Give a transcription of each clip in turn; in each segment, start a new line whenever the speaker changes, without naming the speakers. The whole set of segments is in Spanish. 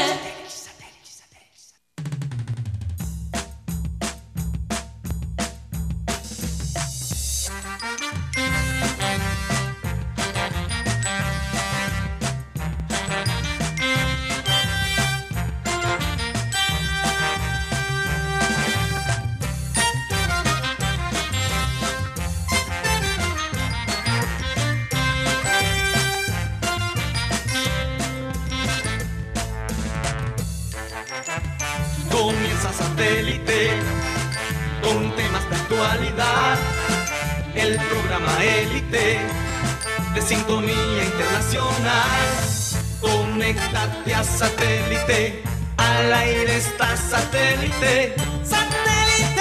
Satellite.
Comienza satélite con temas de actualidad. El programa élite de sintonía internacional. Conéctate a satélite. Al aire está satélite. Satélite.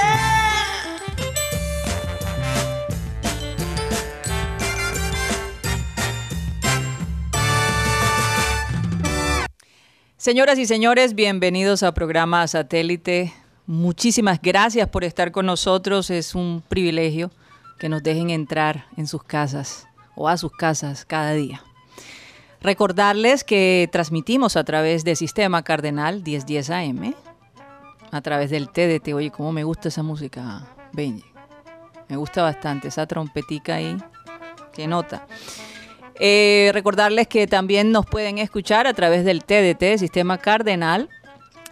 Señoras y señores, bienvenidos a programa Satélite. Muchísimas gracias por estar con nosotros. Es un privilegio que nos dejen entrar en sus casas o a sus casas cada día. Recordarles que transmitimos a través de Sistema Cardenal 1010 AM, a través del TDT. Oye, cómo me gusta esa música, Benji. Me gusta bastante esa trompetica ahí. Qué nota. Eh, recordarles que también nos pueden escuchar a través del TDT, Sistema Cardenal,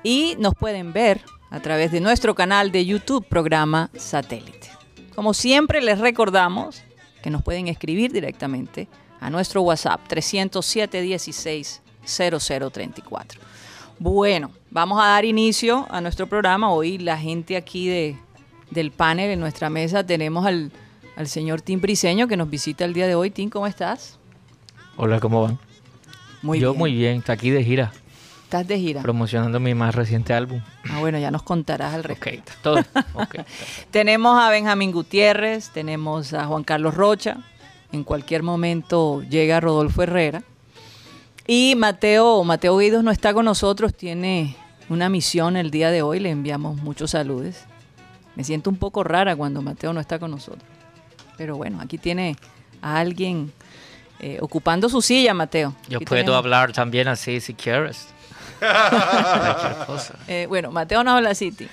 y nos pueden ver a través de nuestro canal de YouTube, programa Satélite. Como siempre, les recordamos que nos pueden escribir directamente a nuestro WhatsApp 307 16 0034. Bueno, vamos a dar inicio a nuestro programa. Hoy la gente aquí de, del panel, en nuestra mesa, tenemos al, al señor Tim Briseño que nos visita el día de hoy. Tim, ¿cómo estás?
Hola, ¿cómo van?
Muy
Yo
bien.
muy bien, está aquí de gira,
Estás de gira.
promocionando mi más reciente álbum.
Ah, bueno, ya nos contarás al
Ok,
respecto.
todo. ok.
Tenemos a Benjamín Gutiérrez, tenemos a Juan Carlos Rocha. En cualquier momento llega Rodolfo Herrera. Y Mateo, Mateo Guidos no está con nosotros, tiene una misión el día de hoy, le enviamos muchos saludos. Me siento un poco rara cuando Mateo no está con nosotros. Pero bueno, aquí tiene a alguien eh, ocupando su silla, Mateo.
Yo
Aquí
puedo
tenemos-
hablar también así si quieres. Cualquier cosa.
Eh, bueno, Mateo no habla así, Tim.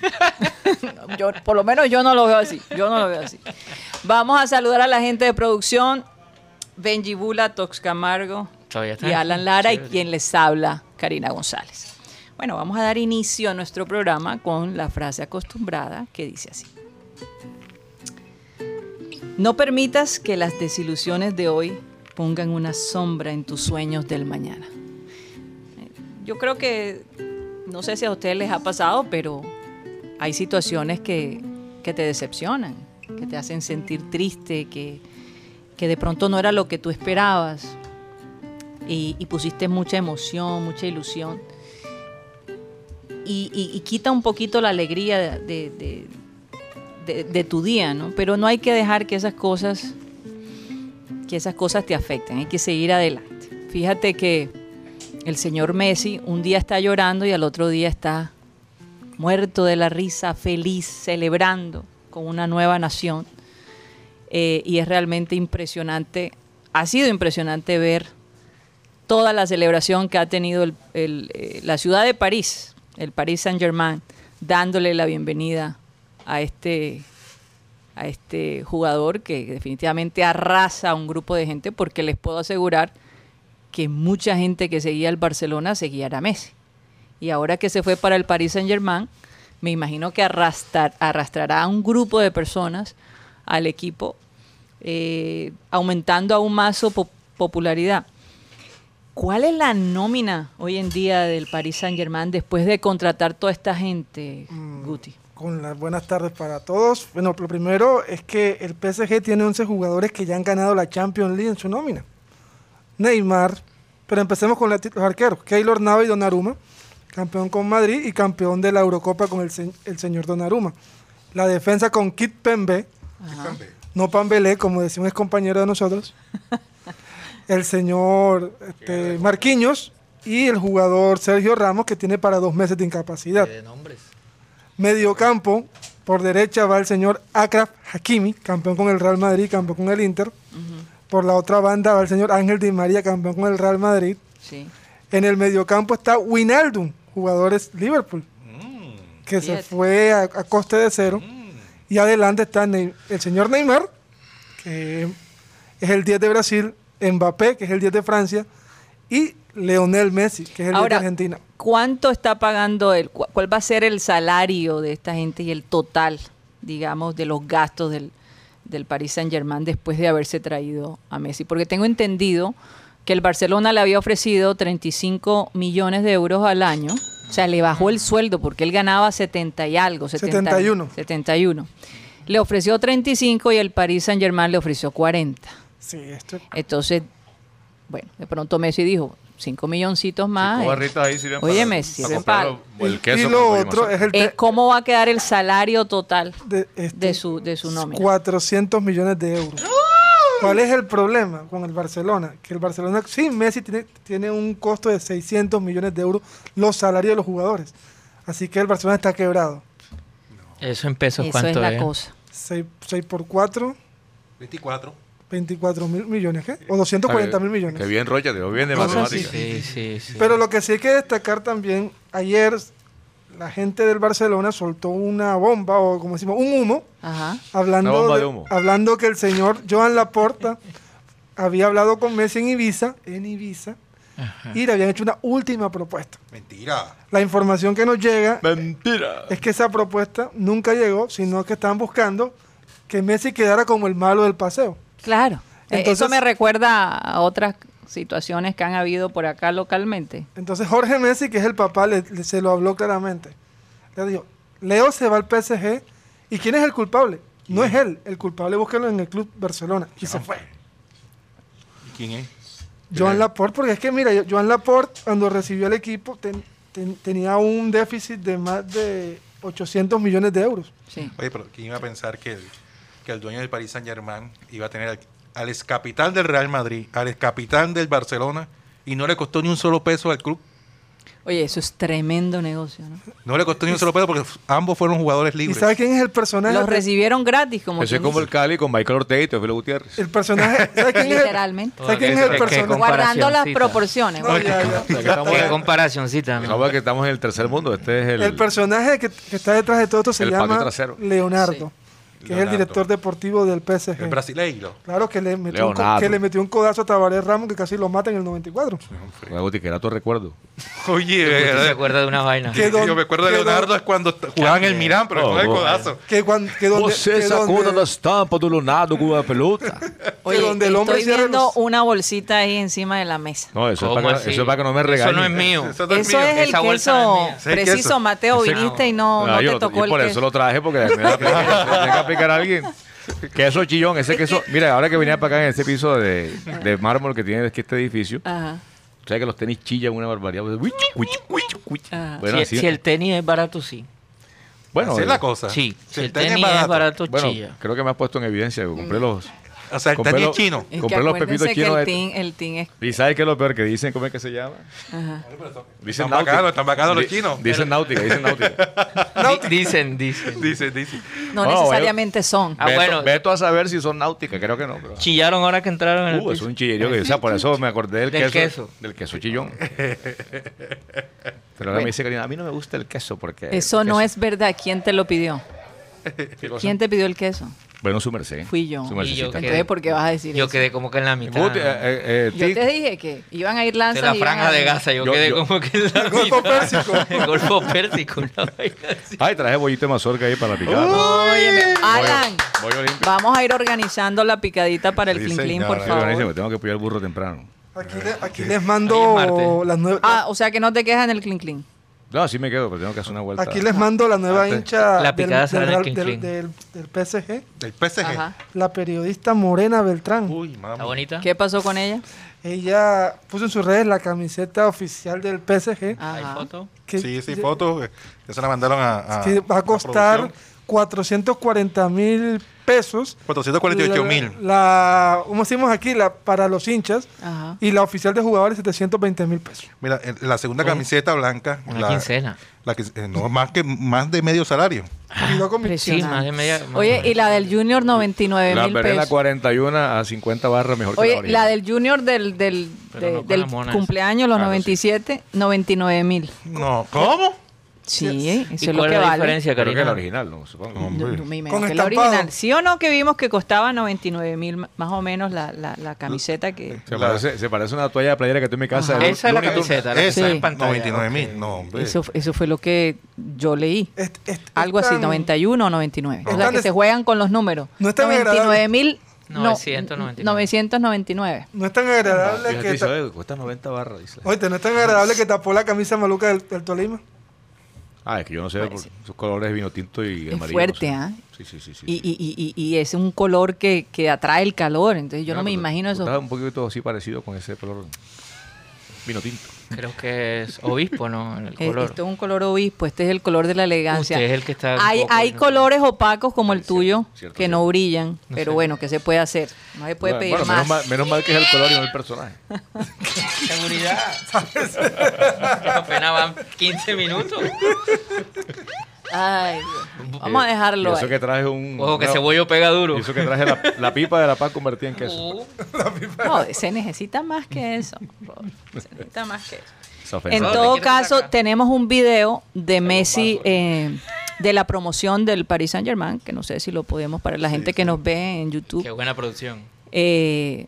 No, yo, por lo menos yo no lo veo así. Yo no lo veo así. Vamos a saludar a la gente de producción, Benji Bula, Tox Camargo
Todavía está.
y Alan Lara y
Chévere.
quien les habla, Karina González. Bueno, vamos a dar inicio a nuestro programa con la frase acostumbrada que dice así. No permitas que las desilusiones de hoy pongan una sombra en tus sueños del mañana. Yo creo que, no sé si a ustedes les ha pasado, pero hay situaciones que, que te decepcionan, que te hacen sentir triste, que, que de pronto no era lo que tú esperabas y, y pusiste mucha emoción, mucha ilusión. Y, y- y quita un poquito la alegría de, de- de- de tu día, ¿no? Pero no hay que dejar que esas cosas, que esas cosas te afecten, hay que seguir adelante. Fíjate que el señor Messi un día está llorando y al otro día está muerto de la risa, feliz, celebrando con una nueva nación. Eh, y es realmente impresionante, ha sido impresionante ver toda la celebración que ha tenido el- el, eh, la ciudad de París, el Paris Saint Germain, dándole la bienvenida a este, a este jugador que definitivamente arrasa a un grupo de gente porque les puedo asegurar que mucha gente que seguía al Barcelona seguía a Messi. Y ahora que se fue para el Paris Saint Germain, me imagino que arrastrar- arrastrará a un grupo de personas al equipo, eh, aumentando aún más su po- popularidad. ¿Cuál es la nómina hoy en día del Paris Saint Germain después de contratar toda esta gente, Guti?
Con las buenas tardes para todos. Bueno, lo primero es que el PSG tiene 11 jugadores que ya han ganado la Champions League en su nómina. Neymar, pero empecemos con la ti- los arqueros. Keylor Nava y Donnarumma, campeón con Madrid y campeón de la Eurocopa con el, se- el señor Donnarumma. La defensa con Kit Pembe, no Pambelé, como decía un ex compañero de nosotros. El señor este, Marquinhos y el jugador Sergio Ramos, que tiene para dos meses de incapacidad.
De nombres.
Mediocampo, por derecha va el señor Akraf Hakimi, campeón con el Real Madrid, campeón con el Inter. Por la otra banda va el señor Ángel Di María, campeón con el Real Madrid.
Sí.
En el mediocampo está Winaldum, jugadores Liverpool, que se
Fíjate.
fue a, a coste de cero. Y adelante está Ney- el señor Neymar, que es el 10 de Brasil, Mbappé, que es el 10 de Francia, y Leonel Messi, que es el 10 de
Ahora,
Argentina.
¿cuánto está pagando el, cu- cuál va a ser el salario de esta gente y el total, digamos, de los gastos del, del Paris Saint Germain después de haberse traído a Messi? Porque tengo entendido que el Barcelona le había ofrecido 35 millones de euros al año, o sea, le bajó el sueldo porque él ganaba 70 y algo, 70
71.
71. Le ofreció 35 y el Paris Saint Germain le ofreció 40.
Sí, este esto.
Entonces, bueno, de pronto Messi dijo, cinco milloncitos más.
Cinco
eh,
barritas ahí sirven
Óyeme,
para-
sirven
para comprar
para-
lo- el queso
y
que
lo
conseguimos
otro
acá.
es el
eh, ¿Cómo va a quedar el salario total
de,
de
este,
su, de su nómina?
400 millones de euros. ¿Cuál es el problema con el Barcelona? Que el Barcelona, sí, Messi tiene, tiene un costo de 600 millones de euros los salarios de los jugadores. Así que el Barcelona está quebrado.
Eso en pesos,
Eso
¿cuánto
es la
es?
cosa.
6, por 4,
24.
24 mil millones, ¿qué? O 240 mil millones.
Que bien, Rocha, te veo bien de
Cosas
matemáticas.
Sí, sí, sí.
Pero lo que sí hay que destacar también, ayer la gente del Barcelona soltó una bomba, o como decimos, un humo,
Ajá.
hablando,
Una bomba
de-
de humo.
hablando que el señor Joan Laporta había hablado con Messi en Ibiza, en Ibiza, y le habían hecho una última propuesta.
Mentira.
La información que nos llega
Mentira.
es que esa propuesta nunca llegó, sino que estaban buscando que Messi quedara como el malo del paseo.
Claro. Eh,
Entonces-
Eso me recuerda a otras situaciones que han habido por acá localmente.
Entonces Jorge Messi, que es el papá, le- le- se lo habló claramente. Le dijo, Leo se va al PSG, ¿y quién es el culpable? No es él, el culpable búsquenlo en el club Barcelona. Y se fue.
¿Quién es?
Joan Laporte, porque es que mira, Joan Laporte cuando recibió el equipo ten- ten- tenía un déficit de más de 800 millones de euros.
Sí.
Oye, pero ¿quién iba a pensar que el, que el dueño del Paris Saint Germain iba a tener al, al ex capitán del Real Madrid, al ex capitán del Barcelona, y no le costó ni un solo peso al club?
Oye, eso es tremendo negocio, ¿no?
No le costó ni un solo peso porque f- ambos fueron jugadores
¿Y
libres.
sabes quién es el personaje?
Los recibieron gratis, como
Eso es
quien
como el
dice.
Cali con Michael Ortega y Teófilo Gutiérrez.
El personaje, ¿sabes quién es?
Literalmente.
¿Sabes quién es el
Qué- qué
personaje?
compa-
Guardando las
Comparacioncita.
proporciones.
No, ya, ya.
O sea, que estamos,
Qué comparacioncita, ¿no?
estamos- que estamos en el tercer mundo. Este es el,
El personaje que, que está detrás de todo esto se
El patio
llama
trasero.
Leonardo,
Sí.
que es el
Leonardo.
director deportivo del PSG.
El brasileiro.
Claro, que le, metió un, co-
Leonardo.
que le metió un codazo a Tabaré Ramos que casi lo mata en el 94.
Raúl, que era tu recuerdo.
Oye,
¿Usted se acuerda de una vaina?
¿Qué?
yo me acuerdo de
Quedó-
Leonardo es cuando t- jugaban en Milán, pero
Oh,
con el
bueno.
codazo.
Que cuando, que donde, que donde-
estampa do Leonardo con la pelota.
Oye,
donde el hombre
estoy
cierra
viendo
los-
una bolsita ahí encima de la mesa.
No, eso es,
¿Cómo
para
así?
que, eso es para que no me regañen.
Eso no es mío.
Eso no es
Eso
mío.
es el
Esa bolsa no
queso
es mía.
Ese
preciso,
queso.
Mateo.
Ese-
viniste y no,
Ah,
no
yo
te
lo-
tocó
yo por
el
eso
queso.
lo traje porque me tenía que aplicar a alguien. Queso chillón, ese queso. Mira, ahora que venía para acá en ese piso de, de mármol que tiene aquí este edificio,
Ajá.
sabes que los tenis chillan una barbaridad. Pues, uichu, uichu, uichu, uichu.
Ajá.
Bueno,
Ah, si,
así-
si el tenis es barato, sí.
bueno,
Así es
eh,
la cosa.
Sí, si el
tenis
tenis es barato,
bueno,
chilla.
creo que me has puesto en evidencia. yo Compré los.
O sea, el
compré
tenis
los-
chino.
Es que
Compré los
acuérdense que
pepitos chinos. este.
El
de-
team, el team es.
¿Y sabes qué es lo peor que dicen? ¿Cómo es que se llama?
ajá.
Dicen
Están bacanos,
náutica.
están bacanos los
Di-
chinos.
Dicen náutica, dicen náutica.
Di- Dicen, dicen.
Dice, dice.
No
No,
necesariamente son.
Ah,
Beto,
bueno.
Beto a saber si son náuticas, creo que no. Pero...
Chillaron ahora que entraron en el
Uh, es
piso.
un chillerío que, o sea, por eso me acordé del,
Del
queso,
queso.
Del queso chillón. Pero ahora me dice Karina, a mí no me gusta el queso porque.
Eso
el
no
queso-
es verdad. ¿Quién te lo pidió? ¿Quién te pidió el queso?
Bueno, su merced.
Fui yo.
Su
Y
mercedcita.
yo quedé
Entonces, ¿por qué vas a decir
Yo
eso?
quedé como que en la mitad.
Guti,
¿no?
eh, eh, eh,
Yo
Tic,
te dije que iban a ir
de
lanzas.
la
y iban
franja
a-
de eh. Gaza, yo,
Yo-
quedé
yo-
como que en la
Golfo
mitad.
Pérsico.
El golfo pérsico. una vaina así.
Ay, traje bollito de mazorca ahí para la picada.
Óyeme, Alan,
Voy olímpico.
vamos a ir organizando la picadita para el
Sí,
clean clean, por
señora.
Estoy
favor.
buenísimo, Tengo que pillar el burro temprano.
Aquí, le- aquí les
Hoy es
mando
martes.
las nueve.
Ah, o sea que no te quejas en el clean clean.
No, así me quedo, pero tengo que hacer una vuelta.
Aquí les mando la nueva
Martes.
hincha
La
del,
picada será
del,
en el
Real-
King
del-
King.
del- del PSG,
Del PSG.
Ajá.
la periodista Morena Beltrán.
Uy, mamá.
¿Está bonita?
¿Qué pasó con ella?
Ella puso en sus redes la camiseta oficial del PSG.
¿Hay
Ajá.
foto?
que
sí, sí,
ya-
fotos. eh, Ya se la mandaron a. a-
que va a
la
costar
producción.
440 mil pesos. La-
448 mil.
La, como decimos aquí, la para los hinchas.
Ajá.
Y la oficial de jugadores, 720 mil pesos.
Mira, en la segunda camiseta blanca.
Una
la,
quincena.
la que- eh, no, más que más de medio salario.
Y luego mi-
Impresionante.
Sí, más de media- más
Oye,
de-
y la del Junior 99
La
mil
perdí la
pesos.
41 a 50 barras mejor
Oye,
que la,
la del Junior del, del,
Pero
de-
no con
del
la mona esa.
cumpleaños, los
Claro, sí.
97, 99 mil.
No, ¿cómo?
Sí,
¿Y
eso es lo
cuál
que
es la
vale.
diferencia,
Creo que la
Karina?
original, no, supongo.
Hombre.
No, no me imagino
Con
que la
estampado.
original. ¿Sí o no que vimos que costaba 99 mil más o menos la, la, la camiseta que...
Se,
La-
parece, se parece a una toalla de playera que tú en mi casa.
Ajá.
el-
Esa es la
el-
camiseta. la que
Esa,
está
Sí.
en pantalla.
99 mil.
Ok.
No, hombre.
Eso, eso fue lo que yo leí.
est- est-
Algo así,
están-
91 o 99.
No.
Es la
Están
que
des-
se juegan con los números.
No es tan
99 mil...
999.
999.
No es tan agradable
Fíjate,
que.
dice,
ta-
"Oye, cuesta 90 barras. dice.
Oíste, no es tan agradable que tapó la camisa maluca del, del Tolima.
Ah, es que yo no sé,
Bueno,
por
sí.
sus colores de vino tinto y
Es
amarillo.
fuerte,
no
¿ah?
sé. Sí, sí, sí. sí,
Y,
sí.
y- y- y- y es un color que, que atrae el calor. Entonces yo
Ah,
no me
pero
imagino
tú
eso.
Estás un poquito así parecido con ese color vino tinto.
Creo que es obispo, ¿no? El
Eh,
color.
Esto es un color obispo, este es el color de la elegancia.
Usted es el que está un
hay
poco
hay
en-
colores opacos como el
Sí,
tuyo
cierto,
que
cierto.
no brillan,
No
pero
sé.
bueno, ¿qué se puede hacer? No se puede
Bueno,
pedir
bueno,
más.
menos mal, menos mal que es el color y no el personaje.
Seguridad. Apenas van 15 minutos.
Ay, Dios. Vamos a dejarlo
Eh, Y eso
ahí.
que traje un.
Ojo, que
una-
cebollo pega duro.
y eso que traje la, la pipa de la paz convertida en queso.
Uh,
No, se necesita más que eso. Rodolfo, Se necesita más que eso.
Esa ofensa.
En
Pensaba,
todo
¿te quieres
caso,
sacar?
tenemos un video de Messi eh, de la promoción del Paris Saint Germain, que no sé si lo podemos para la gente que nos ve en
qué
YouTube,
buena producción.
eh,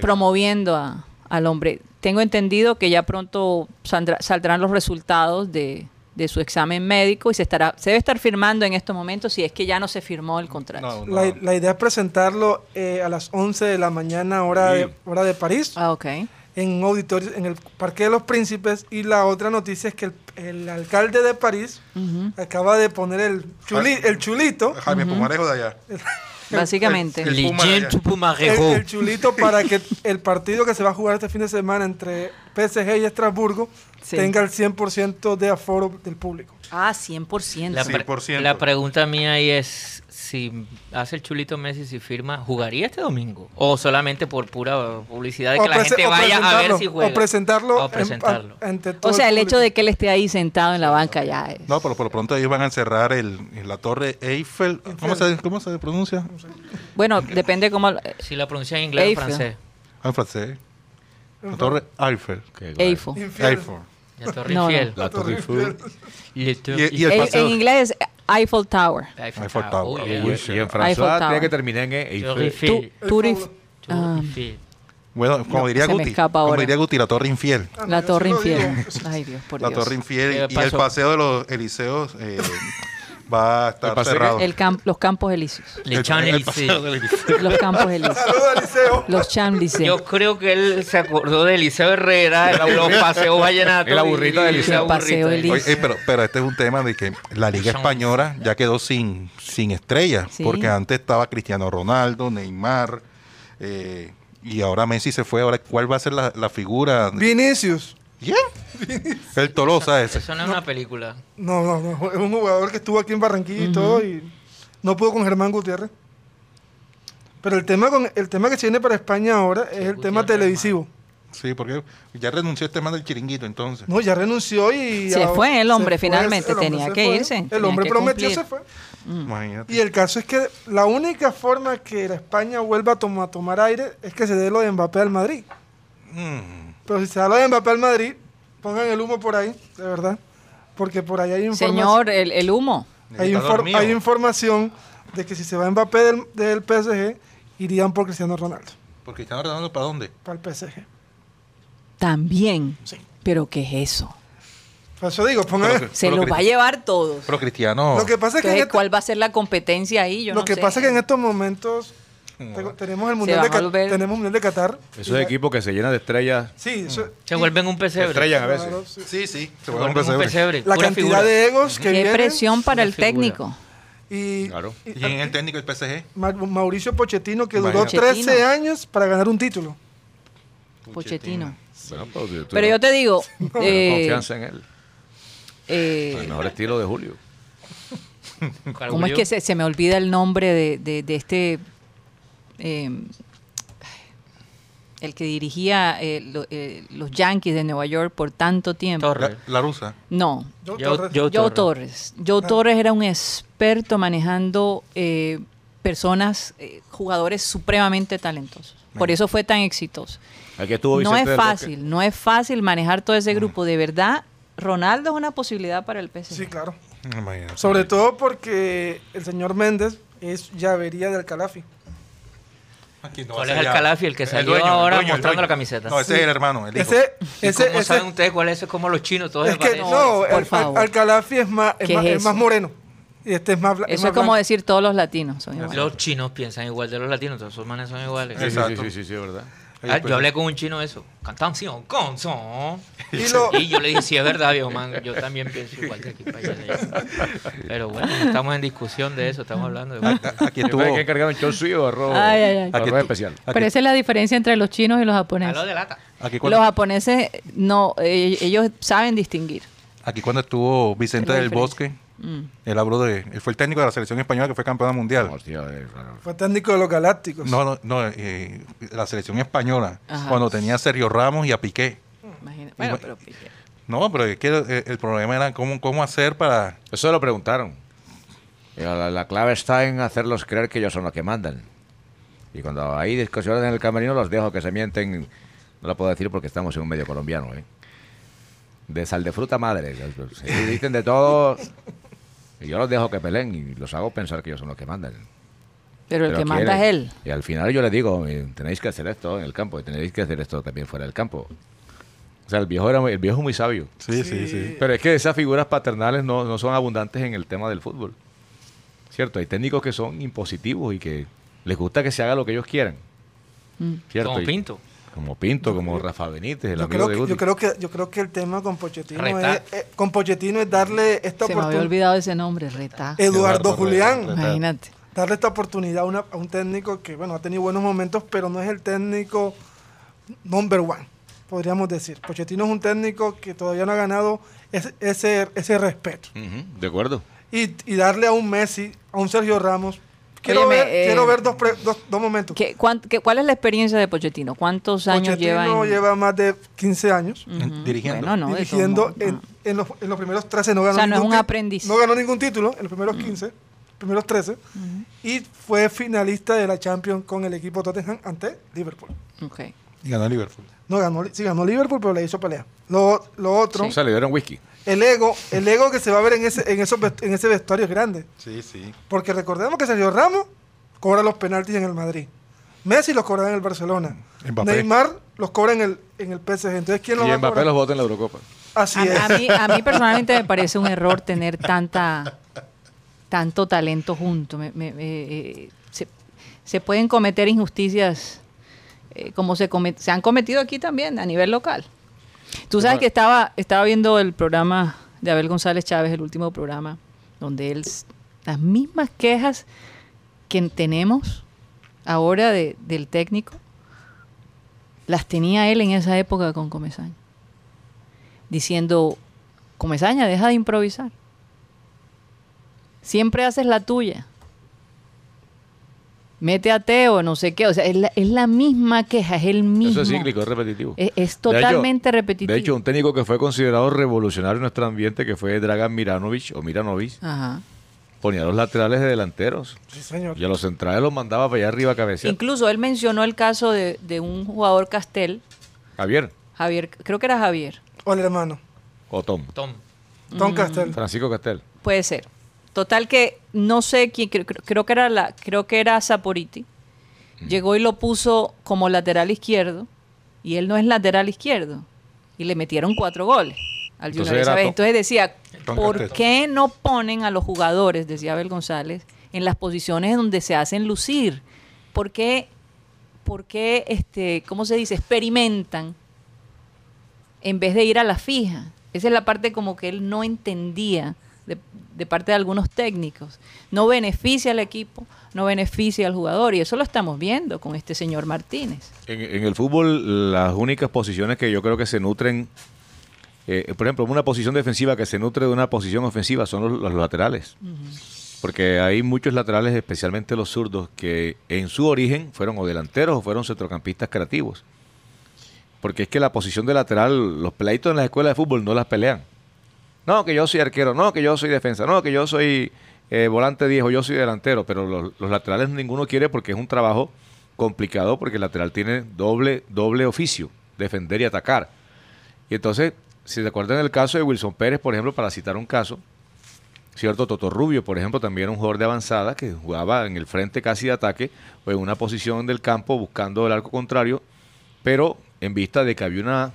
promoviendo a- al hombre. Tengo entendido que ya pronto saldrá- saldrán los resultados de, de su examen médico y se estará se debe estar firmando en estos momentos si es que ya no se firmó el contrato.
No, no.
La, la idea es presentarlo eh, a las 11 de la mañana, hora, de, hora de París,
Ah, ok.
en un auditorio, en el Parque de los Príncipes. Y la otra noticia es que el, el alcalde de París
Ujú.
acaba de poner el, chuli- el chulito.
Jaime Pumarejo de allá.
Básicamente.
El Puma de allá.
El, el chulito para que el partido que se va a jugar este fin de semana entre PSG y Estrasburgo
Sí.
tenga el 100% de aforo del público.
Ah, 100%.
La,
Sí.
pre-
100%.
la pregunta mía ahí es si hace el chulito Messi si firma, ¿jugaría este domingo? O solamente por pura publicidad de que la
prese-
gente
o
vaya a ver
presentarlo,
si juega.
O presentarlo.
O
en-
presentarlo.
a- ante todo
O sea, el hecho
público.
de que él esté ahí sentado en la banca ya es.
No, pero por lo pronto ellos van a cerrar el, la torre Eiffel. ¿Cómo se, cómo se pronuncia?
Bueno, depende cómo.
Si la pronuncia en inglés
Eiffel.
o francés.
Ah, En francés. La torre Eiffel.
Qué guay.
EIFO.
Infierno.
Eiffel.
La Torre
No, no.
Eiffel.
La Torre Eiffel.
Le Tour-
Y- y el-
En,
paseo.
en inglés es Eiffel Tower.
Eiffel
Eiffel
Tower.
Tower.
Oh,
Y,
yeah.
Uy,
y en
Eiffel
francés
Tower.
tiene que terminar en E.
Torre
Eiffel.
Tu-
Eiffel.
Turif-
Tour
Ah,
Eiffel.
Bueno, como
No,
diría
se me
Guti.
escapa
Como
ahora.
diría Guti, la torre infiel.
Ah, no,
la
yo
Torre
sí lo digo.
Infiel. Ay, Dios, por
la
Dios.
torre infiel
¿Qué
y el
pasó?
paseo de los Eliseos eh, va a
¿El
estar
paseo qué?
cerrado.
El camp- los Campos Elíseos.
Le Champs
el
Élysées.
paseo del Eliseo.
Los Campos Elíseos.
Saludos, Eliseo.
Los Champs Elíseos.
Yo creo que él se acordó de Eliseo Herrera, de los paseos vallenatos.
Es la burrita
y-
de
y
Eliseo.
la
El paseo
burrita.
Eliseo.
Oye, eh, pero, pero este es un tema de que la Liga Española ya quedó sin, sin estrellas,
Sí.
porque antes estaba Cristiano Ronaldo, Neymar, eh, y ahora Messi se fue. Ahora, ¿cuál va a ser la, la figura?
Vinicius.
Yeah. El Tolosa ese.
Eso no es una película.
No, no, no. Es un jugador que estuvo aquí en Barranquilla y todo y no pudo con Germán Gutiérrez. Pero el tema, con, el tema que se viene para España ahora es el tema
Gutiérrez,
televisivo.
Sí, porque ya renunció este man del chiringuito, entonces.
No, ya renunció y...
Se
ahora-
fue el
se
hombre,
fue,
finalmente,
el hombre
tenía
se
que
fue.
irse,
El
tenía
hombre
que
prometió,
cumplir.
se fue.
Imagínate.
Y el caso es que la única forma que la España vuelva a, toma- a tomar aire es que se dé lo de Mbappé al Madrid.
Mm.
Pero si se da lo de Mbappé al Madrid, pongan el humo por ahí, de verdad. Porque por ahí hay información.
Señor, el, el humo.
Hay,
Está
infor-
dormido.
hay información de que si se va Mbappé del, del PSG, irían por Cristiano Ronaldo,
¿Por Cristiano Ronaldo para dónde?
para el PSG.
También.
Sí.
Pero ¿qué es eso?
Por eso digo, pongan...
Pero que-
Se los
Cristi-
va a llevar todos.
Pero Cristiano.
Lo que pasa es que, en
Entonces,
este-
¿cuál va a ser la competencia ahí? Yo
lo
no
que
sé.
pasa es que en este estos momentos te- tenemos el mundial
van
de,
a
Ca-
volver-
tenemos mundial de Qatar.
Esos equipos que se llenan de estrellas.
Sí, eso-
Se
y-
vuelven un
Se
pesebre.
estrellan a
claro,
veces.
sí.
Sí, sí.
Se
Se vuelve
vuelven
un
un
pesebre.
pesebre.
La
pura
cantidad
figura.
de egos que
Qué
vienen
presión para
Una
el
figura.
técnico.
y,
Claro.
y- eh,
¿Y en el técnico del PSG?
Ma- Mauricio Pochettino que duró
Imagínate.
13 años para ganar un título.
Pochettino.
Bueno, pero tú- tú-
Pero yo te digo,
tú tienes
eh,
confianza en él.
eh,
El mejor estilo de Julio.
¿Cómo es que se, se me olvida el nombre de, de- de este... eh, el que dirigía eh, lo- eh, los Yankees de Nueva York por tanto tiempo.
La,
Torres.
la rusa.
No,
Yo,
Joe-
Torres,
Joe
Joe,
Torres.
Torres.
Ah.
Joe Torres era un experto manejando eh, personas, eh, jugadores supremamente talentosos. Por eso fue tan exitoso.
Aquí estuvo
No
Vicente
es
del Bosque.
fácil, no es fácil manejar todo
Ah.
ese grupo. De verdad, Ronaldo es una posibilidad para el PSG.
Sí, claro.
Imagínate.
Sobre todo porque el señor Méndez es llavería del Calafi.
Aquí no va
¿Cuál
a
es
ser
el
ya.
Calafi, el que salió
dueño,
ahora
dueño,
mostrando
dueño.
la camiseta?
No, ese es el hermano, el hijo.
Ese,
¿Y
ese,
¿Cómo saben
ese,
ustedes cuál es? Es como los chinos, todos
es
se
que
parecen.
no,
Por
el, al,
favor.
al Calafi es más, es,
¿Qué
más,
es
es más
eso?
moreno. Y este es más bla-
Eso
más
es como
blanco.
decir todos los latinos son iguales.
Los chinos piensan igual de los latinos, todos esos manes son iguales.
Sí, sí,
Sí,
Exacto.
sí, sí, sí, verdad.
Ahí
Ah,
después-
yo hablé con un chino eso. Cantanción, canción.
Y lo-
Y yo le dije, sí, es verdad, viejo man, yo también pienso igual de aquí para allá. de allá". Pero bueno, no estamos en discusión de eso, estamos hablando
Ah,
de...
Aquí
Yo
estuvo.
tengo que encargar un show suyo, arroz,
Ay, ay, ay.
Aquí
arroz
estuvo-
especial.
aquí-
Pero esa es la diferencia entre los chinos y los
ah.
A lo
japoneses.
de lata.
aquí cuando-
Los japoneses, no, eh, ellos saben distinguir.
Aquí cuando estuvo Vicente
La
del
diferencia. Mm.
Bosque, él habló de. Él fue el técnico de la selección española que fue campeona mundial.
Hostia, eh, claro.
Fue técnico de los Galácticos.
No, no, no, eh, la selección española,
Ajá.
cuando tenía a Sergio Ramos y a Piqué.
Imagina- Bueno,
Ima-
pero
No, pero es que el, el problema era cómo, cómo hacer para.
Eso lo preguntaron. Y La, la clave está en hacerlos creer que ellos son los que mandan. Y cuando hay discusiones en el camerino, los dejo que se mienten. No lo puedo decir porque estamos en un medio colombiano. ¿eh? De sal de fruta madre. Se dicen de todo. Y yo los dejo que peleen y los hago pensar que ellos son los que mandan.
pero el
Pero
que manda es
quieren.
él.
Y al final yo le digo, eh, tenéis que hacer esto en el campo y tenéis que hacer esto también fuera del campo. O sea, el viejo, era, muy- el viejo es muy sabio.
Sí, sí, sí.
Pero es que esas figuras paternales no, no son abundantes en el tema del fútbol. ¿Cierto? Hay técnicos que son impositivos y que les gusta que se haga lo que ellos quieran.
Mm.
¿Cierto?
Como
Y-
Pinto.
Como Pinto, como Rafa Benítez, el
Yo
amigo
creo,
de
que,
Guti.
yo, creo que, yo creo que el tema con Pochettino,
Retá.
es, eh, con Pochettino es darle
Se
esta
me había
oportunidad.
olvidado ese nombre, Reta.
Eduardo Julián.
Reta.
Imagínate.
darle esta oportunidad a, una- a un técnico que, bueno, ha tenido buenos momentos, pero no es el técnico number one, podríamos decir. Pochettino es un técnico que todavía no ha ganado es- ese, ese respeto.
Ujú, de acuerdo.
Y, y darle a un Messi, a un Sergio Ramos. Quiero,
Óyeme,
ver,
eh,
quiero ver dos, pre- dos, dos momentos.
¿Qué- cuán- qué- ¿Cuál es la experiencia de Pochettino? ¿Cuántos años lleva
Pochettino
en-
lleva más de 15 años
Ujú.
dirigiendo?
Bueno, no, de todos
Mm. dirigiendo.
modos,
En,
no.
en los, en los primeros 13 no ganó
O sea, no es
ningún
un
ti-
aprendiz. Mm.
No ganó ningún título en los primeros 15, primeros 13. Y fue finalista de la Champions con el equipo Tottenham ante Liverpool.
Ah, Ok.
Y ganó Liverpool.
No ganó, sí ganó Liverpool, pero le hizo pelea. Lo, lo otro,
O sea, le dieron whisky.
el ego, el ego que se va a ver en ese, en esos vest- en ese vestuario es grande.
Sí, sí.
Porque recordemos que Sergio Ramos cobra los penaltis en el Madrid. Messi los cobra en el Barcelona.
Mbappé.
Neymar los cobra en el, en el PSG. Entonces, ¿quién los
Y
va a
Mbappé
cobrar?
los vota en la Eurocopa.
Así es.
A, a mí, a mí personalmente me parece un error tener tanta tanto talento junto. Me- me- eh, eh, se, se pueden cometer injusticias eh, como se, come- se han cometido aquí también a nivel local. Tú sabes que estaba, estaba viendo el programa de Abel González Chávez, el último programa, donde él s- las mismas quejas que tenemos ahora de- del técnico, las tenía él en esa época con Comesaña diciendo, Comesaña, deja de improvisar. Siempre haces la tuya. Mete a Teo, no sé qué. O sea, es la, es la misma queja, es el mismo. E,
Eso es cíclico, es repetitivo.
Es, es
De hecho-
totalmente repetitivo.
De hecho, un técnico que fue considerado revolucionario en nuestro ambiente, que fue Dragan Miranovic o Miranovic,
Ajá.
ponía los laterales de delanteros.
Sí, señor.
Y a los centrales los mandaba para allá arriba a cabecear.
Incluso él mencionó el caso de, de un jugador Castel,
Javier
Javier, creo que era Javier,
O el hermano.
o Tom.
Tom.
Mm.
Tom Castel.
Francisco Castel.
puede ser. Total que no sé quién, creo, creo- creo que era la, creo que era Saporiti. Llegó y lo puso como lateral izquierdo y él no es lateral izquierdo y le metieron cuatro goles al
Entonces
Junior esa
era
vez.
Tom-
Entonces decía,
Tom
¿por
Castell.
qué no ponen a los jugadores, decía Abel González, en las posiciones en donde se hacen lucir? ¿Por qué, por qué, este, cómo se dice, experimentan en vez de ir a la fija. Esa es la parte como que él no entendía de, de parte de algunos técnicos. No beneficia al equipo, no beneficia al jugador. Y eso lo estamos viendo con este señor Martínez.
En, en el fútbol, las únicas posiciones que yo creo que se nutren, eh, por ejemplo, una posición defensiva que se nutre de una posición ofensiva son los, los laterales. Porque hay muchos laterales, especialmente los zurdos, que en su origen fueron o delanteros o fueron centrocampistas creativos. Porque es que la posición de lateral, los peladitos en las escuelas de fútbol no las pelean. No, que yo soy arquero, no, que yo soy defensa, no, que yo soy eh, volante 10 o yo soy delantero, pero los, los laterales ninguno quiere porque es un trabajo complicado porque el lateral tiene doble, doble oficio, defender y atacar. Y entonces, si se acuerdan del caso de Wilson Pérez, por ejemplo, para citar un caso, cierto Toto Rubio, por ejemplo, también era un jugador de avanzada que jugaba en el frente casi de ataque o en una posición del campo buscando el arco contrario, pero en vista de que había una,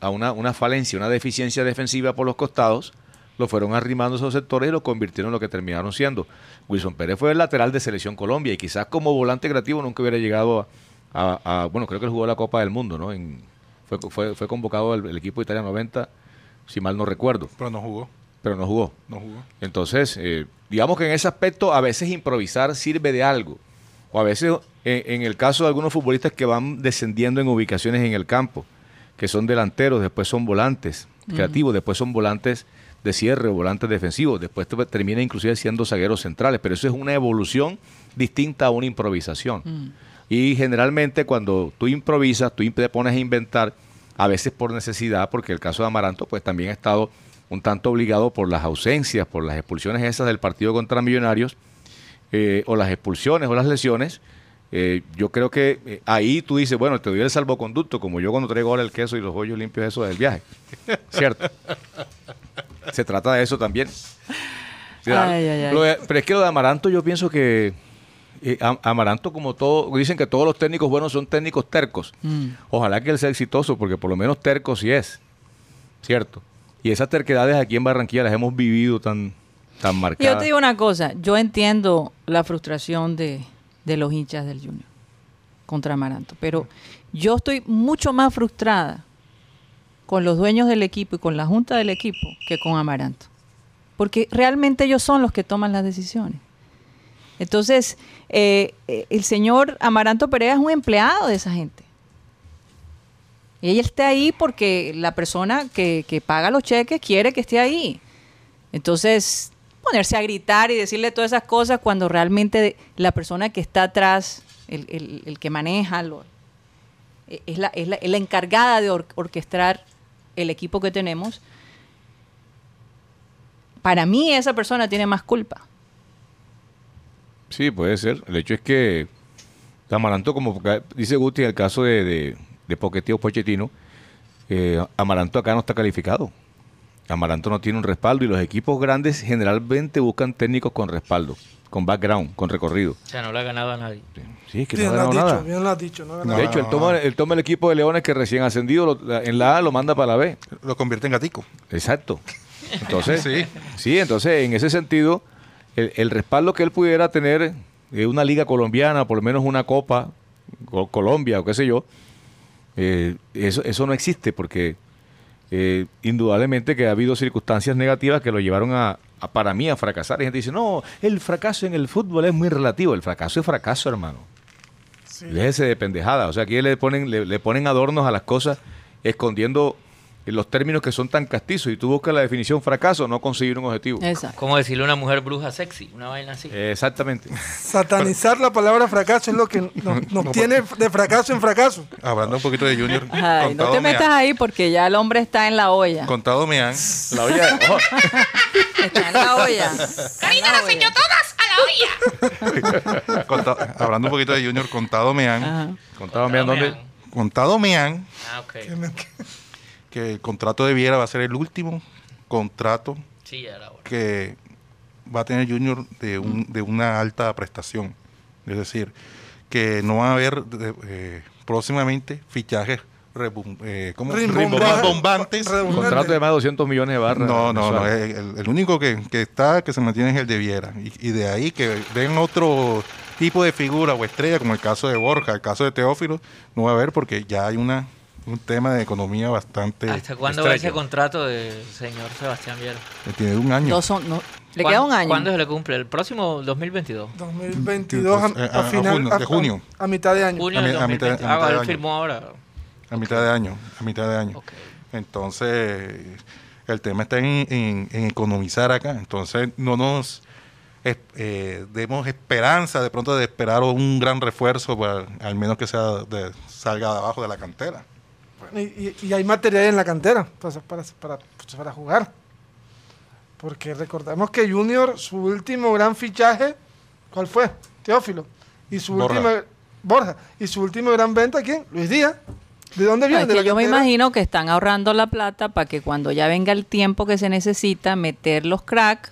a una, una falencia, una deficiencia defensiva por los costados, lo fueron arrimando esos sectores y lo convirtieron en lo que terminaron siendo. Wilson Pérez fue el lateral de Selección Colombia y quizás como volante creativo nunca hubiera llegado a, a- a- bueno, creo que él jugó la Copa del Mundo, ¿no? En- fue, fue- fue convocado al el equipo de Italia 90, si mal no recuerdo,
Pero no jugó,
pero no jugó.
no jugó.
Entonces, eh, digamos que en ese aspecto a veces improvisar sirve de algo. O a veces, eh, en el caso de algunos futbolistas que van descendiendo en ubicaciones en el campo, que son delanteros, después son volantes creativos, después son volantes de cierre o volantes defensivos, después te- termina inclusive siendo zagueros centrales, pero eso es una evolución distinta a una improvisación. Y generalmente cuando tú improvisas, tú imp- te pones a inventar, a veces por necesidad, porque el caso de Amaranto pues también ha estado un tanto obligado por las ausencias, por las expulsiones esas del partido contra Millonarios, eh, o las expulsiones o las lesiones, eh, yo creo que eh, ahí tú dices, bueno, te doy el salvoconducto, como yo cuando traigo ahora el queso y los hoyos limpios eso del viaje. ¿Cierto? Se trata de eso también. Mira,
Ay, ay, ay.
lo de- pero es que lo de Amaranto yo pienso que eh, Am- Amaranto como todo, dicen que todos los técnicos buenos son técnicos tercos. Ojalá que él sea exitoso, porque por lo menos terco sí es. ¿Cierto? Y esas terquedades aquí en Barranquilla las hemos vivido tan, tan
Y
marcadas.
Yo te digo una cosa, yo entiendo la frustración de, de los hinchas del Junior contra Amaranto, pero yo estoy mucho más frustrada con los dueños del equipo y con la junta del equipo que con Amaranto, porque realmente ellos son los que toman las decisiones. Entonces, eh, eh, el señor Amaranto Perea es un empleado de esa gente. Y ella está ahí porque la persona que, que paga los cheques quiere que esté ahí. Entonces, ponerse a gritar y decirle todas esas cosas cuando realmente la persona que está atrás, el, el- el que maneja, lo- e- es, la, es la- es la encargada de or- orquestar el equipo que tenemos. Para mí esa persona tiene más culpa.
Sí, puede ser. El hecho es que Amaranto, como ca- dice Guti, en el caso de, de, de Pochettino, Pochettino, eh, Amaranto acá no está calificado. Amaranto no tiene un respaldo y los equipos grandes generalmente buscan técnicos con respaldo, con background, con recorrido.
O sea, no le ha ganado a nadie.
Sí, es que no ha
Bien lo has
ganado
dicho,
nada.
bien lo has dicho. No, ha
No.
ganado.
De hecho, él toma, él toma el equipo de Leones que recién ascendido lo- la- en la A, lo manda para la B.
Lo convierte en gatico.
Exacto. Entonces,
Sí.
sí. entonces en ese sentido, el, el respaldo que él pudiera tener de una liga colombiana, por lo menos una copa, co- Colombia o qué sé yo, eh, eso, eso no existe porque eh, indudablemente que ha habido circunstancias negativas que lo llevaron a, a, para mí a fracasar. Y gente dice, no, el fracaso en el fútbol es muy relativo. El fracaso es fracaso, hermano. Déjese de pendejada. O sea, aquí le ponen, le, le ponen adornos a las cosas escondiendo los términos que son tan castizos. Y tú buscas la definición fracaso, no conseguir un objetivo.
Exacto.
Como decirle a una mujer bruja sexy, una vaina
Eh,
así.
Exactamente.
Satanizar la palabra fracaso es lo que nos, nos tiene de fracaso en fracaso.
Hablando un poquito de Junior.
Ay, no
contado
te
me
metas
han-
ahí porque ya el hombre está en la olla.
Contado me han.
La olla- ojo,
Está en la olla. Carita la olla.
Contado- hablando un poquito de Junior, contado me han.
Ajá.
contaba, mira, ¿dónde?
Vean.
Contado me han
Ah, ok.
que el contrato de Viera va a ser el último contrato
Sí, ya era hora.
que va a tener Junior de, un-
Mm.
de una alta prestación. Es decir, que no va a haber de- eh, próximamente fichajes rebum- eh, ¿cómo?
Rimbomba-
rimbombantes.
Redundante.
Contrato de más de 200 millones de barras.
No, no, eh. no.
mensuales.
El, el- el único que, que está, que se mantiene es el de Viera. Y, y de ahí que den otro tipo de figura o estrella, como el caso de Borja, el caso de Teófilo, no va a haber porque ya hay una un tema de economía bastante.
¿Hasta cuándo va
extraño. Eh,
ese contrato del señor Sebastián Viera?
Tiene un año.
Dos son- no, le
¿Cuándo-
queda un año.
¿Cuándo se le cumple? ¿El próximo 2022?
2022
Entonces, eh,
a,
a-
a
a
final
junio, de junio.
A, a mitad de año.
Junio
A mi-
del
a mitad-
2022.
a mitad
ah,
de
él
año.
firmó ahora.
A mitad de año, a mitad de año.
Ok.
Entonces, el tema está en, en- en economizar acá. Entonces, no nos es- eh, demos esperanza de pronto de esperar un gran refuerzo, para- al menos que sea de- salga de abajo de la cantera.
Y, y- y hay material en la cantera pues, para, para, pues, para jugar. Porque recordemos que Junior, su último gran fichaje, ¿cuál fue? Teófilo. Y su
Borja.
última. Borja. Y su último gran venta, ¿quién? Luis Díaz. ¿De dónde
No,
viene?
es
De la
que yo me
cantera.
imagino que están ahorrando la plata para que cuando ya venga el tiempo que se necesita meter los crack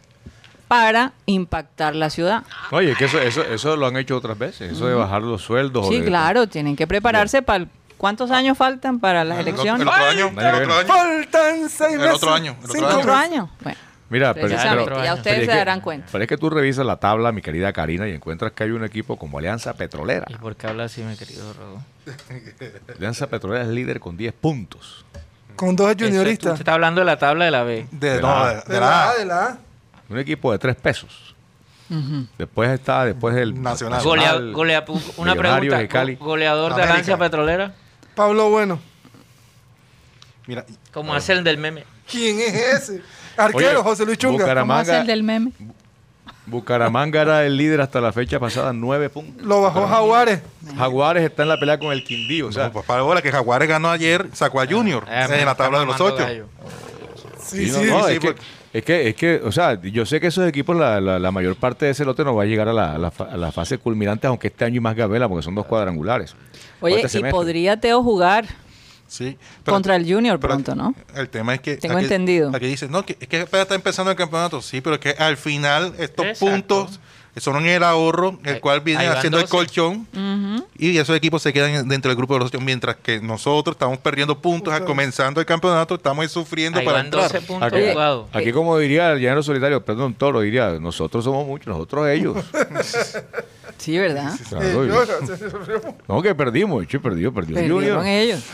para impactar la ciudad.
Oye, que eso, eso, eso lo han hecho otras veces, eso de bajar los sueldos. o
Sí,
de-
claro, tienen que prepararse para... ¿Cuántos años faltan para las
El
elecciones?
otro año, el
Falta.
otro año.
Faltan seis
El
meses.
otro año, el otro
cinco
¿Otro
meses.
año? Bueno,
Mira, pero,
precisamente,
pero-
otro
ya
año.
ustedes
Pero es
se
que-
darán cuenta.
pero es que tú revisas la tabla, mi querida Karina, y encuentras que hay un equipo como Alianza Petrolera.
¿Y por qué habla así, mi querido Rodo?
Alianza Petrolera es líder con 10 puntos.
Con dos
Eso, tú-
junioristas.
Este, Usted está hablando de la tabla de la B.
De,
De
no,
la-
de- de
De
la
la A, de la A.
Un equipo de 3 pesos. Después está, después el
Nacional.
Golea- golea- una
Millonarios
pregunta.
de Cali.
go- Goleador de
América.
Alianza Petrolera.
Pablo Bueno.
Mira,
Como hace el del meme.
¿Quién es ese? Arquero
Oye,
José Luis Chunga.
¿Cómo hace
Bucaramanga,
el del meme?
Bucaramanga era el líder hasta la fecha pasada, 9 puntos.
Lo bajó Jaguares.
Jaguares está en la pelea con el Quindío. O sea,
no, pues, para bola que Jaguares ganó ayer, sacó a Junior
Ah,
en la
está
tabla de los
mamando
ocho.
gallo.
Sí,
Sí, no,
sí.
no,
sí,
es, que,
porque-
es que, es que, o sea, yo sé que esos equipos, la, la- la mayor parte de ese lote no va a llegar a la, a la fa- a la fase culminante, aunque este año y más Gabela, porque son dos cuadrangulares.
Oye,
Este
y
semestre.
podría Teo jugar
Sí.
contra el Junior
pero
pronto, ¿no?
El tema es que.
Tengo entendido.
Aquí dice, no, que, es que apenas está empezando el campeonato. Sí, pero es que al final estos
Exacto.
puntos son el ahorro, el
Ahí-
cual viene
ahí van
haciendo el
12.
colchón. Y esos equipos se quedan dentro del grupo de los ocho, mientras que nosotros estamos perdiendo puntos al comenzando el campeonato, estamos ahí sufriendo
Ahí
para
van 12
entrar.
puntos
Aquí,
jugados.
aquí como diría el llanero solitario, perdón, Toro, diría, nosotros somos muchos, nosotros ellos.
Sí, ¿verdad?
Claro, y- no, que perdimos, che, perdió, perdió el
Perdieron
Junior.
ellos.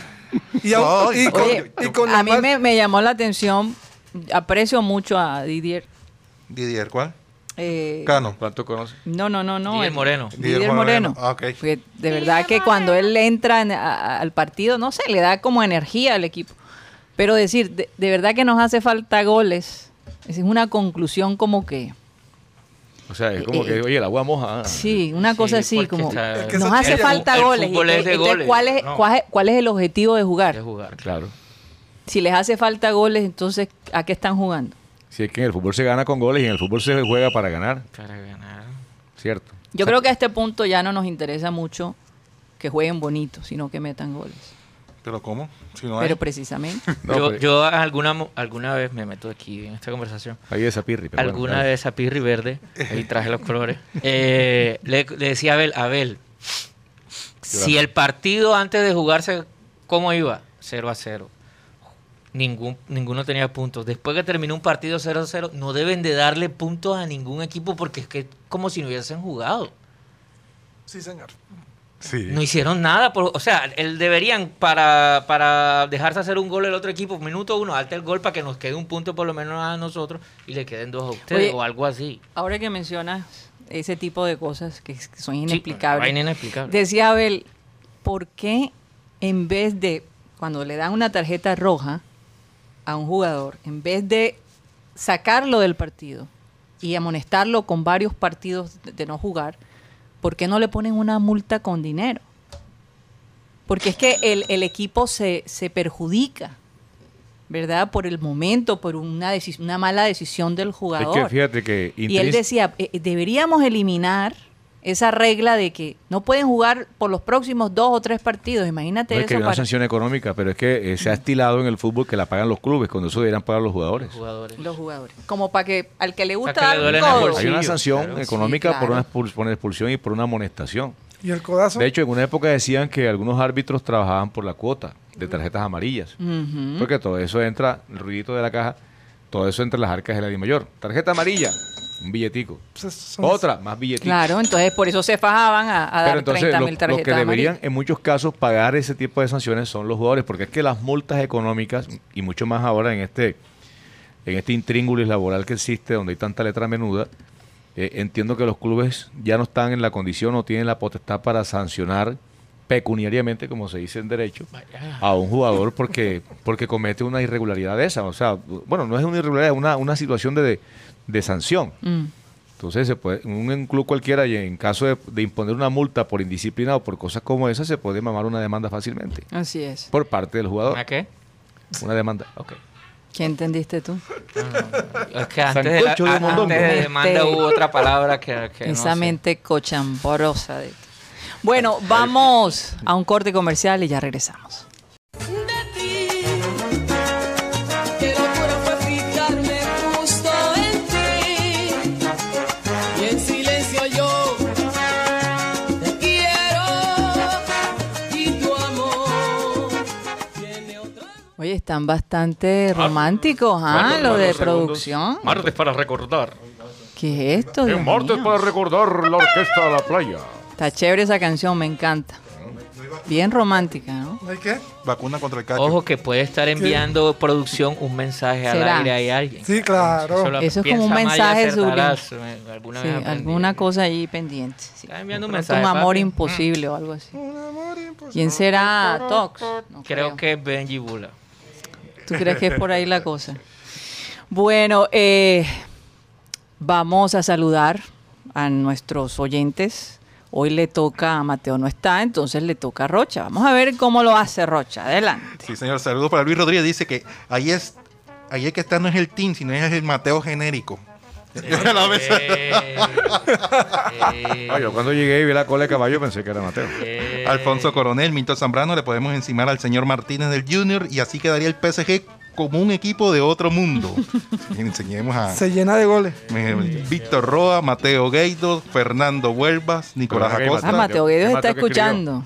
Y, a-
No, y-
y con,
Oye,
y con la
a mí
mar-
me, me llamó la atención, aprecio mucho a Didier.
Didier, ¿cuál?
eh,
Cano.
¿Cuánto conoce?
no, no, no, no.
Didier
el-
Moreno.
Didier
Didier
Moreno.
Moreno.
Ah, ok.
Porque de verdad que cuando él entra en- a- a- al partido, no sé, le da como energía al equipo. Pero decir, de, de verdad que nos hace falta goles. Esa es una conclusión como que...
O sea, es como
Eh,
que, oye, el agua moja.
Sí, una
Sí,
cosa así,
porque
como...
está-
Es que
nos
eso
hace
tiene-
falta
el
goles. Eh,
fútbol es de
Entonces,
goles,
¿cuál, es,
no.
cuál es- cuál es el objetivo de
de
jugar?
jugar.
Claro.
Si les hace falta goles, entonces, ¿a qué están jugando?
Si es que en el fútbol se gana con goles y en el fútbol se juega para ganar,
Para ganar.
¿cierto?
Yo creo que a este punto ya no nos interesa mucho que jueguen bonito, sino que metan goles.
¿Pero cómo? Si no hay.
Pero precisamente.
No,
yo,
pues.
pero-
yo alguna, mo- alguna vez me meto aquí en esta conversación.
Ahí esa pirri. pero bueno,
alguna
dale.
vez a Pirri Verde y traje los colores. eh, le, le decía a Abel, Abel, si el partido antes de jugarse, ¿cómo iba? 0 a 0. Ningún, ninguno tenía puntos. Después que terminó un partido 0 a 0, no deben de darle puntos a ningún equipo porque es que es como si no hubiesen jugado.
Sí, señor.
Sí.
No hicieron nada. por- o sea, el deberían para, para dejarse hacer un gol el otro equipo, minuto uno, alta el gol para que nos quede un punto por lo menos a nosotros y le queden dos a ustedes
Oye,
o algo así.
Ahora que mencionas ese tipo de cosas que, es- que son
Sí,
inexplicables.
vaina inexplicable.
Decía Abel, ¿por qué en vez de, cuando le dan una tarjeta roja a un jugador, en vez de sacarlo del partido y amonestarlo con varios partidos de- de no jugar, ¿por qué no le ponen una multa con dinero? Porque es que el, el equipo se, se perjudica, ¿verdad? Por el momento, por una, deci- una mala decisión del
Es
jugador.
que fíjate que
Y él
intrínse-
decía, eh, eh, deberíamos eliminar esa regla de que no pueden jugar por los próximos dos o tres partidos. Imagínate
No es que
eso.
hay una
para-
sanción económica, pero es que eh, se ha estilado en el fútbol que la pagan los clubes, cuando eso deberían pagar los jugadores.
Jugadores.
Los jugadores. Como para que al que le gusta
que le
dar
duele en el
codo,
bolsillo.
Hay una
Sí,
sanción
claro.
económica
Sí, claro.
por, una expul- por una expulsión y por una amonestación.
¿Y el codazo?
De hecho, en una época decían que algunos árbitros trabajaban por la cuota de tarjetas amarillas.
Ujú.
Porque todo eso entra, el ruidito de la caja, todo eso entra en las arcas de la Di Mayor. Tarjeta amarilla, un billetico.
Pues, son-
Otra, más billetico.
Claro, entonces por eso se fajaban a, a
Pero
dar
entonces
30
lo-
mil
los
tarjetas
que deberían
amarillas.
en muchos casos pagar ese tipo de sanciones son los jugadores, porque es que las multas económicas, y mucho más ahora en este, en este intríngulis laboral que existe, donde hay tanta letra menuda, eh, entiendo que los clubes ya no están en la condición o tienen la potestad para sancionar pecuniariamente, como se dice en derecho, a un jugador porque, porque comete una irregularidad de esa. O sea, bueno, no es una irregularidad, es una, una situación de, de sanción.
Mm.
Entonces, se puede, un, un club cualquiera, y en caso de, de imponer una multa por indisciplina o por cosas como esa, se puede mamar una demanda fácilmente
Así es.
por parte del
¿Ah,
jugador.
¿A qué?
Una demanda.
Ok.
¿Qué entendiste tú?
Es que antes de, la,
Sancocho de
antes
mondongo.
de demanda
Este-
hubo otra palabra que, que no
Esa
sé.
mente cochamborosa de ti. Bueno, vamos a un corte comercial y ya regresamos.
de ti. Qué locura fue fijarme justo en ti. Y en silencio yo te quiero y tu amor tiene otra.
Oye, están bastante románticos, ¿ah?
Bueno,
Lo de
buenos segundos.
producción.
Martes para recordar.
¿Qué es esto? Dios mío?
pues, recordar la orquesta de la playa.
Está chévere esa canción, me encanta. Bien romántica, ¿no?
¿Hay qué?
Vacuna contra el cacho.
Ojo que puede estar enviando producción un mensaje al
¿Será?
aire ahí a alguien.
Sí, claro.
lo
Eso es como
piensa
un
Maya
mensaje
Cerdaraz, eh, Alguna,
Sí,
vez aprendí.
alguna cosa ahí pendiente. sí.
Está enviando un
De pronto
mensaje,
amor
papi.
imposible o algo así. ¿Quién será Tox? No
Creo que es Benji Bula.
¿Tú crees que es por ahí la cosa? Bueno, eh, vamos a saludar a nuestros oyentes. Hoy le toca a Mateo, no está, entonces le toca a Rocha. Vamos a ver cómo lo hace Rocha. Adelante.
Sí, señor. Saludos para Luis Rodríguez. Dice que ahí es, ahí es que está no es el team, sino es el Mateo genérico. Yo la vez-
Eh,
Ah, yo cuando llegué y vi la cola de caballo pensé que era Mateo.
Alfonso Coronel, Milton Zambrano, le podemos encimar al señor Martínez del Junior y así quedaría el PSG como un equipo de otro mundo. Y Enseñemos a
Se llena de goles.
eh, Víctor Roa, Mateo Gueidos, Fernando Huelvas, Nicolás
Pero,
Acosta.
Ah, Mateo Guedes está
Mateo que escribió.
escuchando.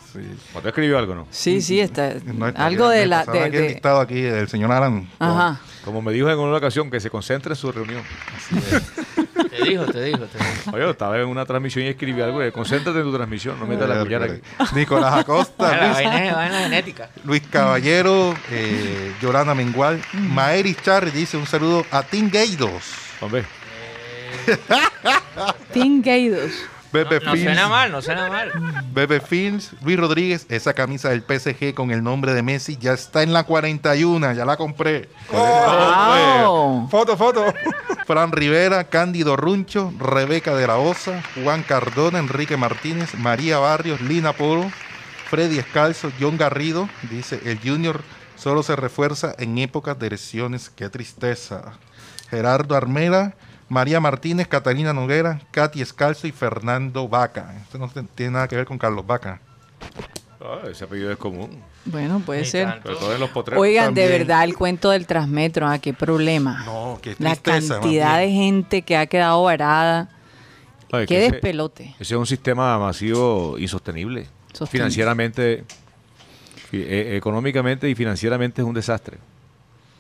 ¿Mateo escribió algo, no?
Mm,
Sí, sí, está.
No está
Algo
aquí,
de
me
la.
pasaron
de-
aquí el
de-
listado aquí del señor Aran.
Ajá.
Como me dijo en una ocasión, que se concentre en su reunión.
Te dijo, te dijo, te dijo.
Oye, yo estaba en una transmisión y escribí algo. de, Concéntrate en tu transmisión, no metas la cuchara aquí.
Nicolás Acosta,
La
Luis,
vaina es vaina genética.
Luis Caballero, eh, Yolanda Mengual, Maeris Charri dice un saludo a Tim Gueidos.
Hombre,
Team Guedos.
Pepe
No suena mal, no suena mal.
Bebe Films, Luis Rodríguez, esa camisa del PSG con el nombre de Messi ya está en la 41, ya la compré. Oh. pues.
¡Wow!
Foto, foto.
Fran Rivera, Cándido Runcho, Rebeca de la Osa, Juan Cardona, Enrique Martínez, María Barrios, Lina Poro, Freddy Escalzo, John Garrido, dice, el Junior solo se refuerza en épocas de lesiones, qué tristeza. Gerardo Armera, María Martínez, Catalina Noguera, Katy Escalzo y Fernando Vaca. Esto no te- tiene nada que ver con Carlos Vaca.
ah, ese apellido es común.
Bueno, puede
Ni
ser.
tanto.
Pero todo en los potreros.
Oigan, de
también.
verdad, el cuento del Transmetro, ah, qué problema.
No, qué
La
tristeza,
cantidad
más
de
bien.
gente que ha quedado varada.
Oye,
Qué
que ese-
despelote.
Ese es un sistema masivo insostenible.
Sostenible.
Financieramente, fi- e- económicamente y financieramente es un desastre.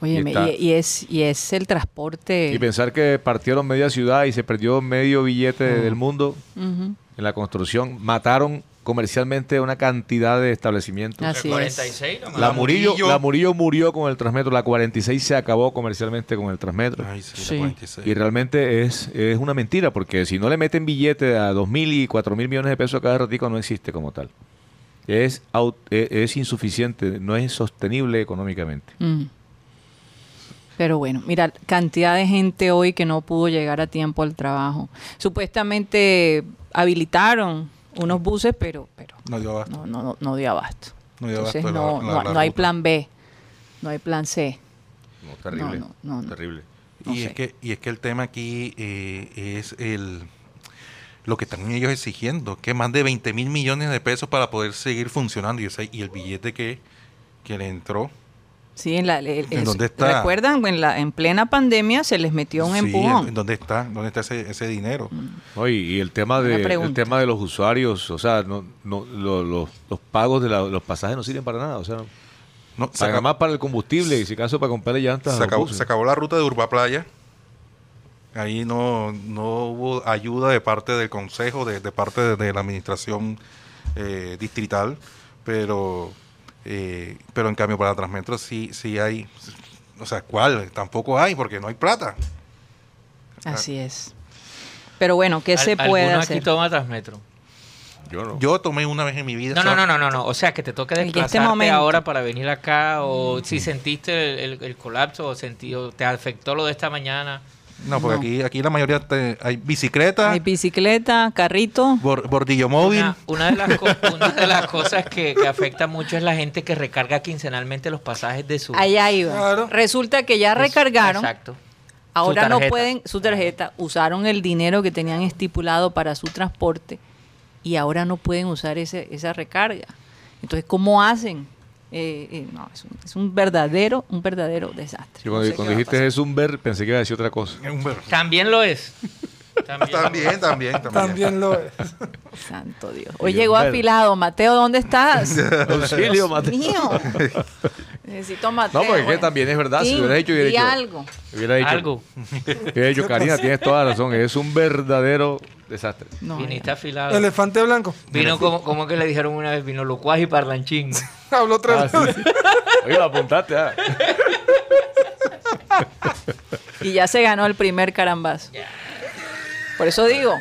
Oye,
Y está-
y, y es, y es el transporte.
Y pensar que partieron media ciudad y se perdió medio billete del mundo
Ujú.
en la construcción. Mataron comercialmente una cantidad de establecimientos.
Así es.
46 nomás.
La Murillo,
Murillo.
la Murillo murió con el Transmetro, la 46 se acabó comercialmente con el Transmetro.
Ay, sí, la
Sí.
46.
Y realmente es, es una mentira, porque si no le meten billete a 2.000 y 4.000 millones de pesos a cada ratico, no existe como tal. Es, au- e- es insuficiente, no es sostenible económicamente.
Mm. Pero bueno, mira, cantidad de gente hoy que no pudo llegar a tiempo al trabajo. Supuestamente habilitaron unos buses, pero, pero
No dio abasto.
no, no, no, no dio abasto.
No dio
Entonces
abasto la-
no,
la-
no-
la
no hay
ruta.
plan B, no hay plan C.
No,
terrible, No, no, no, no.
Terrible.
No
y,
sé.
es que, y es que el tema aquí eh, es el lo que están ellos exigiendo, que más de 20 mil millones de pesos para poder seguir funcionando. Y, ese- y el billete que, que le entró.
Sí, en la, el- el-
¿En dónde está?
¿Recuerdan? En, la, en plena pandemia se les metió un
Sí,
empujón. Mm.
¿en ¿Dónde está? ¿Dónde está ese, ese dinero?
No, y, y el tema
Buena
de el
pregunta.
tema de los usuarios, o sea, no, no, lo- lo- los pagos de la- los pasajes no sirven para nada, o sea,
No, se,
pagan
acabó,
más para el combustible y si acaso para comprarle llantas. a
se,
los
acabó,
buses.
se acabó la ruta de Urbaplaya. Ahí no, no hubo ayuda de parte del consejo, de, de parte de, de la administración eh, distrital, pero eh, pero en cambio para Transmetro sí, sí hay, o sea, ¿cuál? Tampoco hay porque no hay plata.
Así es. Pero bueno, ¿qué
Al-
se puede
alguno
hacer?
aquí toma Transmetro.
Yo no.
Yo tomé una vez en mi vida.
No, no,
¿sabes?
no, no, no, no. O sea, que te toque
En este
desplazarte
momento. Mm.
ahora para venir acá o si sentiste el, el- el colapso o, senti- o te afectó lo de esta mañana.
No, porque Aquí, aquí la mayoría te- hay bicicleta,
Hay bicicleta, carrito.
bor- bordillo móvil.
Una, una de las co- una de las cosas que, que afecta mucho es la gente que recarga quincenalmente los pasajes de su...
Allá iba.
Claro.
Resulta que ya
de su-
recargaron.
Exacto.
Ahora
Su
no
tarjeta.
pueden su tarjeta, usaron el dinero que tenían estipulado para su transporte y ahora no pueden usar ese- esa recarga. Entonces, ¿cómo hacen? Eh, eh, no, es un, es un verdadero, un verdadero desastre.
Yo
No
cuando,
sé qué
cuando
va a
dijiste
pasar.
es un ver, pensé que iba a decir otra cosa.
También lo es. También.
También, también, también.
También lo es.
Santo Dios. Hoy llegó afilado. Mateo, ¿dónde estás?
Auxilio, Mateo.
Mío. Necesito a Mateo.
No, porque
bueno.
también es verdad. Si
Tim,
hubieras hecho, hubiera
di
dicho.
algo.
Hubiera dicho,
Algo.
hubiera dicho, Karina, tienes toda la razón. Es un verdadero desastre.
No,
Viniste afilado.
Elefante blanco.
Vino como, como que le dijeron una vez, vino locuaz y parlanchín.
Habló otra
Ah,
vez.
sí, sí. Oye, lo apuntaste. ah.
Y ya se ganó el primer carambazo. Por eso digo,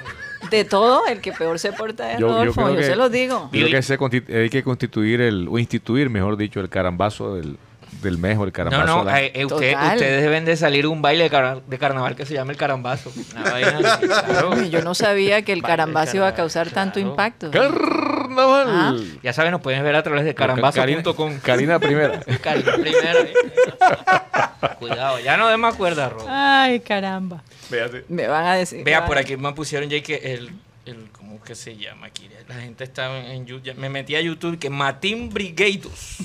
de todo, el que peor se porta es
Yo- yo
Rodolfo. Yo,
creo que-
se los digo.
Yo creo que se constitu- hay que constituir el, o instituir, mejor dicho, el carambazo del, del mes o el
No,
carambazo. de
no,
la-
eh, eh, usted-
Total.
ustedes deben de salir un baile de, cara- de carnaval que se llama el carambazo. Una vaina así, claro.
Yo no sabía que el
Vale,
carambazo iba a
carnaval,
causar tanto
claro.
impacto.
Carnaval.
Ah.
Ya saben, nos pueden ver a través de
Karina-
carambazo.com.
Karina primera.
Karina primero. eh. Cuidado, ya no de más cuerda, Rob.
Ah,
Ay, caramba.
Me van a decir.
Vea, por aquí me pusieron ya que el, el ¿cómo que se llama aquí? La gente está en, YouTube. Me metí a YouTube que Matín Brigados.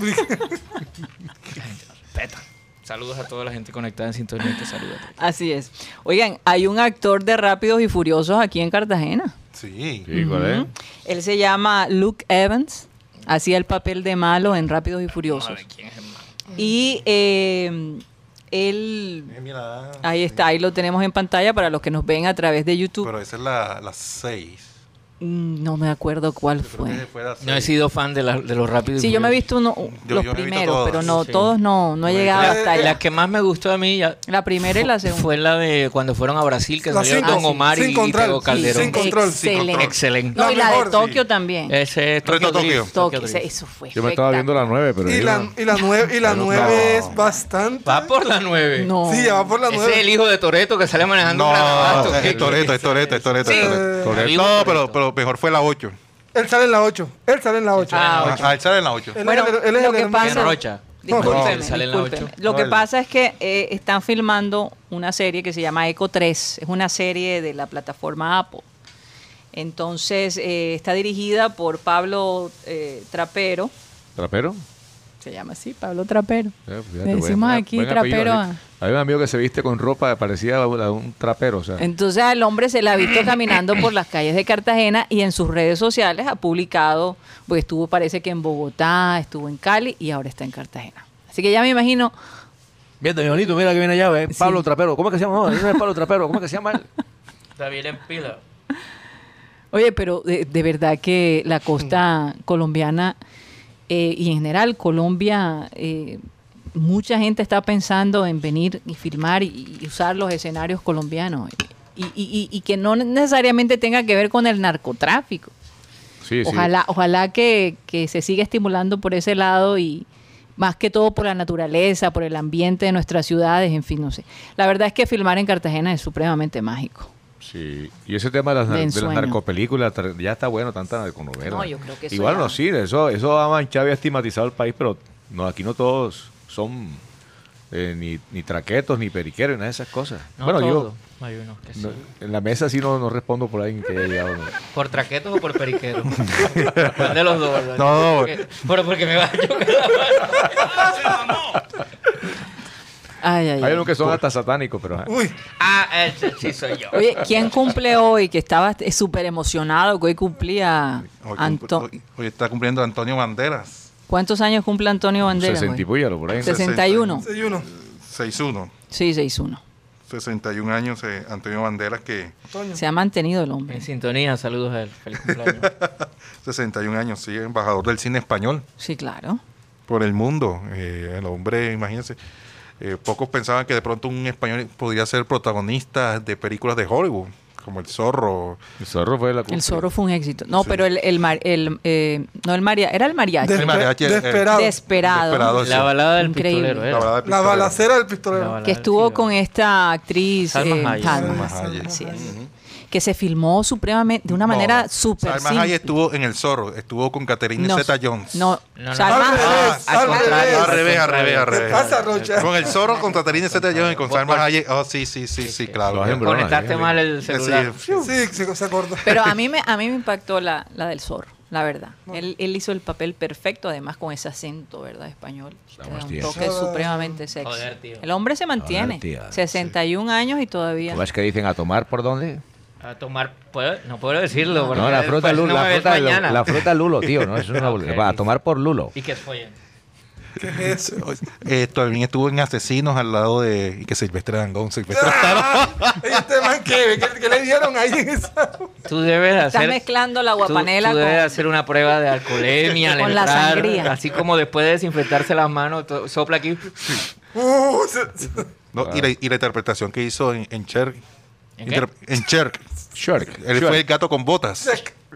la gente no respeta. Saludos a toda la gente conectada en sintonía que saluda.
Así es. Oigan, hay un actor de Rápidos y Furiosos aquí en Cartagena.
Sí.
Sí, ¿cuál es?
Él se llama Luke Evans. Hacía el papel de malo en Rápidos y
A
Furiosos.
ver quién es el man.
Y eh, él.
Eh, mira,
Ahí está, ahí lo tenemos en pantalla para los que nos ven a través de YouTube.
Pero esa es la, la 6.
Mm, No me acuerdo cuál fue.
No he sido fan de, la- de los rápidos. y
Sí, yo me he
Furiosos.
visto uno,
Yo-
los
yo me he visto
primeros,
todas. eh,
pero no,
Sí.
todos no, no he llegado
La-
hasta
La
allá.
que más me gustó a mí ya
La primera y la segunda.
fue la de cuando fueron a Brasil, que
La
salieron
cinco.
con Omar
Sin
y
control.
Teo Calderón.
Sin control,
sin
Excelente.
control.
Excelente.
No,
La
y la de
mejor,
Tokio
sí.
también.
Ese es
Reto Tokio.
Drift.
Eh, Tokio,
Drift.
ese- eso fue.
Yo me estaba viendo la nueve, pero.
Y
yo
la,
no-
y la nueve, y la nueve es bastante.
Va por la 9.
No.
Sí, ya va por la
Ese es el
nueve.
hijo de Toreto que sale manejando
No,
un granabato.
es
¿Qué-
Toreto, es Toreto, es Toreto. es
Sí.
Toreto.
Toreto.
No, pero, pero mejor fue la 8.
Él sale en la 8. Él sale en la 8.
Ah, ocho.
Ah, él sale en la 8.
Él
Bueno,
es el, er, él es
lo
el
que
hermano.
qué-
pasa-
Rocha.
Discúlpeme,
No, sale en la
discúlpeme.
ocho.
Lo
No,
que
el-
pasa es que eh, están filmando una serie que se llama Eco 3. Es una serie de la plataforma Apple. Entonces, eh, está dirigida por Pablo eh, Trapero.
¿Trapero?
Se llama así, Pablo Trapero.
Eh, fíjate,
Le decimos aquí
apellido.
trapero
Hay- Hay un amigo que se viste con ropa parecida a un a un trapero. O sea,
Entonces el hombre se la ha visto caminando por las calles de Cartagena y en sus redes sociales ha publicado, pues estuvo parece que en Bogotá, estuvo en Cali y ahora está en Cartagena. Así que ya me imagino,
Viendo, mi bonito, mira que viene allá, ¿ves?
Sí.
Pablo Trapero. ¿Cómo es que se llama? No, no es Pablo Trapero. ¿Cómo es que se llama él?
Está bien en pila.
oye, pero de, de verdad que la costa colombiana eh, y en general Colombia, eh, mucha gente está pensando en venir y filmar y, y usar los escenarios colombianos y, y- y- y que no necesariamente tenga que ver con el narcotráfico.
sí, sí.
Ojalá, ojalá que, que se siga estimulando por ese lado y más que todo por la naturaleza, por el ambiente de nuestras ciudades, en fin, no sé. La verdad es que filmar en Cartagena es supremamente mágico.
Sí. Y ese tema de las,
De
nar- de las
ensueño.
narcopelículas tra- ya está bueno, tanta narconovela.
No, yo creo que eso
Igual
ya-
no sirve. Eso, eso ha manchado y ha estigmatizado el país, pero no, aquí no todos son eh, ni, ni traquetos, ni periqueros, ni nada de esas cosas. bueno,
yo. Hay uno que sí.
yo no- en la mesa sí no, no respondo por alguien que haya llegado. ¿no?
¿Por traquetos o por periqueros? ¿Cuál de los dos? verdad?
No, no.
Porque- Pero porque me va a chocar la mano. ¡Se mamó!
Ay, ay,
Hay
ay.
unos que son hasta satánicos, pero... ajá.
Uy,
Ah, ese sí soy yo.
Oye, ¿quién cumple hoy? Que estaba eh, súper emocionado, que hoy cumplía
Hoy,
Anto-
hoy- hoy está cumpliendo Antonio Banderas.
¿Cuántos años cumple Antonio Banderas?
Sesenta
hoy?
y púyalo, por ahí.
61.
61.
6-1.
661.
61 años eh, Antonio Banderas que...
Toño.
Se ha mantenido el hombre.
En sintonía, saludos a él. Feliz cumpleaños.
61 años, sí, embajador del cine español
Sí, claro.
por el mundo. Eh, el hombre, imagínense, eh, pocos pensaban que de pronto un español podría ser protagonista de películas de Hollywood, como el zorro.
El zorro fue la
El zorro fue un éxito. No, pero el, el, mar- el, eh, no el maria, era el mariachi.
Despe-
El mariachi, el- el-
desperado.
Desperado.
eh, Desperado, Oh, sí.
La balada del
Increíble.
pistolero, era.
La balada del
La
pistolero.
balacera del
La
pistolero.
balada
que
del-
estuvo
sí,
con esta actriz
Salma
eh,
Hayek.
Salma.
Salma Hayek.
Así es. Que se filmó supremamente, de una manera
No,
súper
Salma Hayek
simple.
estuvo en El Zorro, estuvo con Catherine
No,
Zeta-Jones.
No,
No, no.
Salma-
Al revés,
al
al
contrario.
No, al
revés.
revés, al revés, al
¿Qué
revés.
pasa, Rocha?
Con El Zorro, con Catherine Zeta-Jones y con Salma Hayek. Oh, sí, sí, sí, sí, claro.
Los hembros.
Conectaste
Bueno,
mal el
Sí,
celular.
sí.
Sí, sí, se acordó.
Pero a mí me, a mí me impactó la, la del zorro, la verdad. Él, él hizo el papel perfecto, además con ese acento, ¿verdad? Español. Que da un
Vamos, tío.
toque supremamente sexy.
Joder, tío.
El hombre se mantiene.
Joder, tío.
61 años y todavía.
¿Cómo es que dicen a tomar por dónde?
A tomar. ¿puedo? No puedo decirlo. porque
No, la fruta,
después
lulo,
no
la,
me ves
fruta de lo-
mañana.
la fruta lulo, tío. No, es una
Ok.
Va, a tomar por lulo.
Y que follen.
Eh, también estuvo en Asesinos al lado de. Y que Silvestre Dangón, Silvestre.
¿Y este man qué? ¿Qué, qué le dieron ahí en esa?
Tú debes hacer.
Estás mezclando la
tú-
guapanela
tú
con.
debes hacer una prueba de alcoholemia al
Con la
entrar,
sangría.
Así como después de desinfectarse las manos, to- sopla aquí.
Uh, se- se-
No, y, la, y la interpretación que hizo en, en Cher.
¿En qué?
Inter- en Cher.
Shark.
Él fue el gato con botas.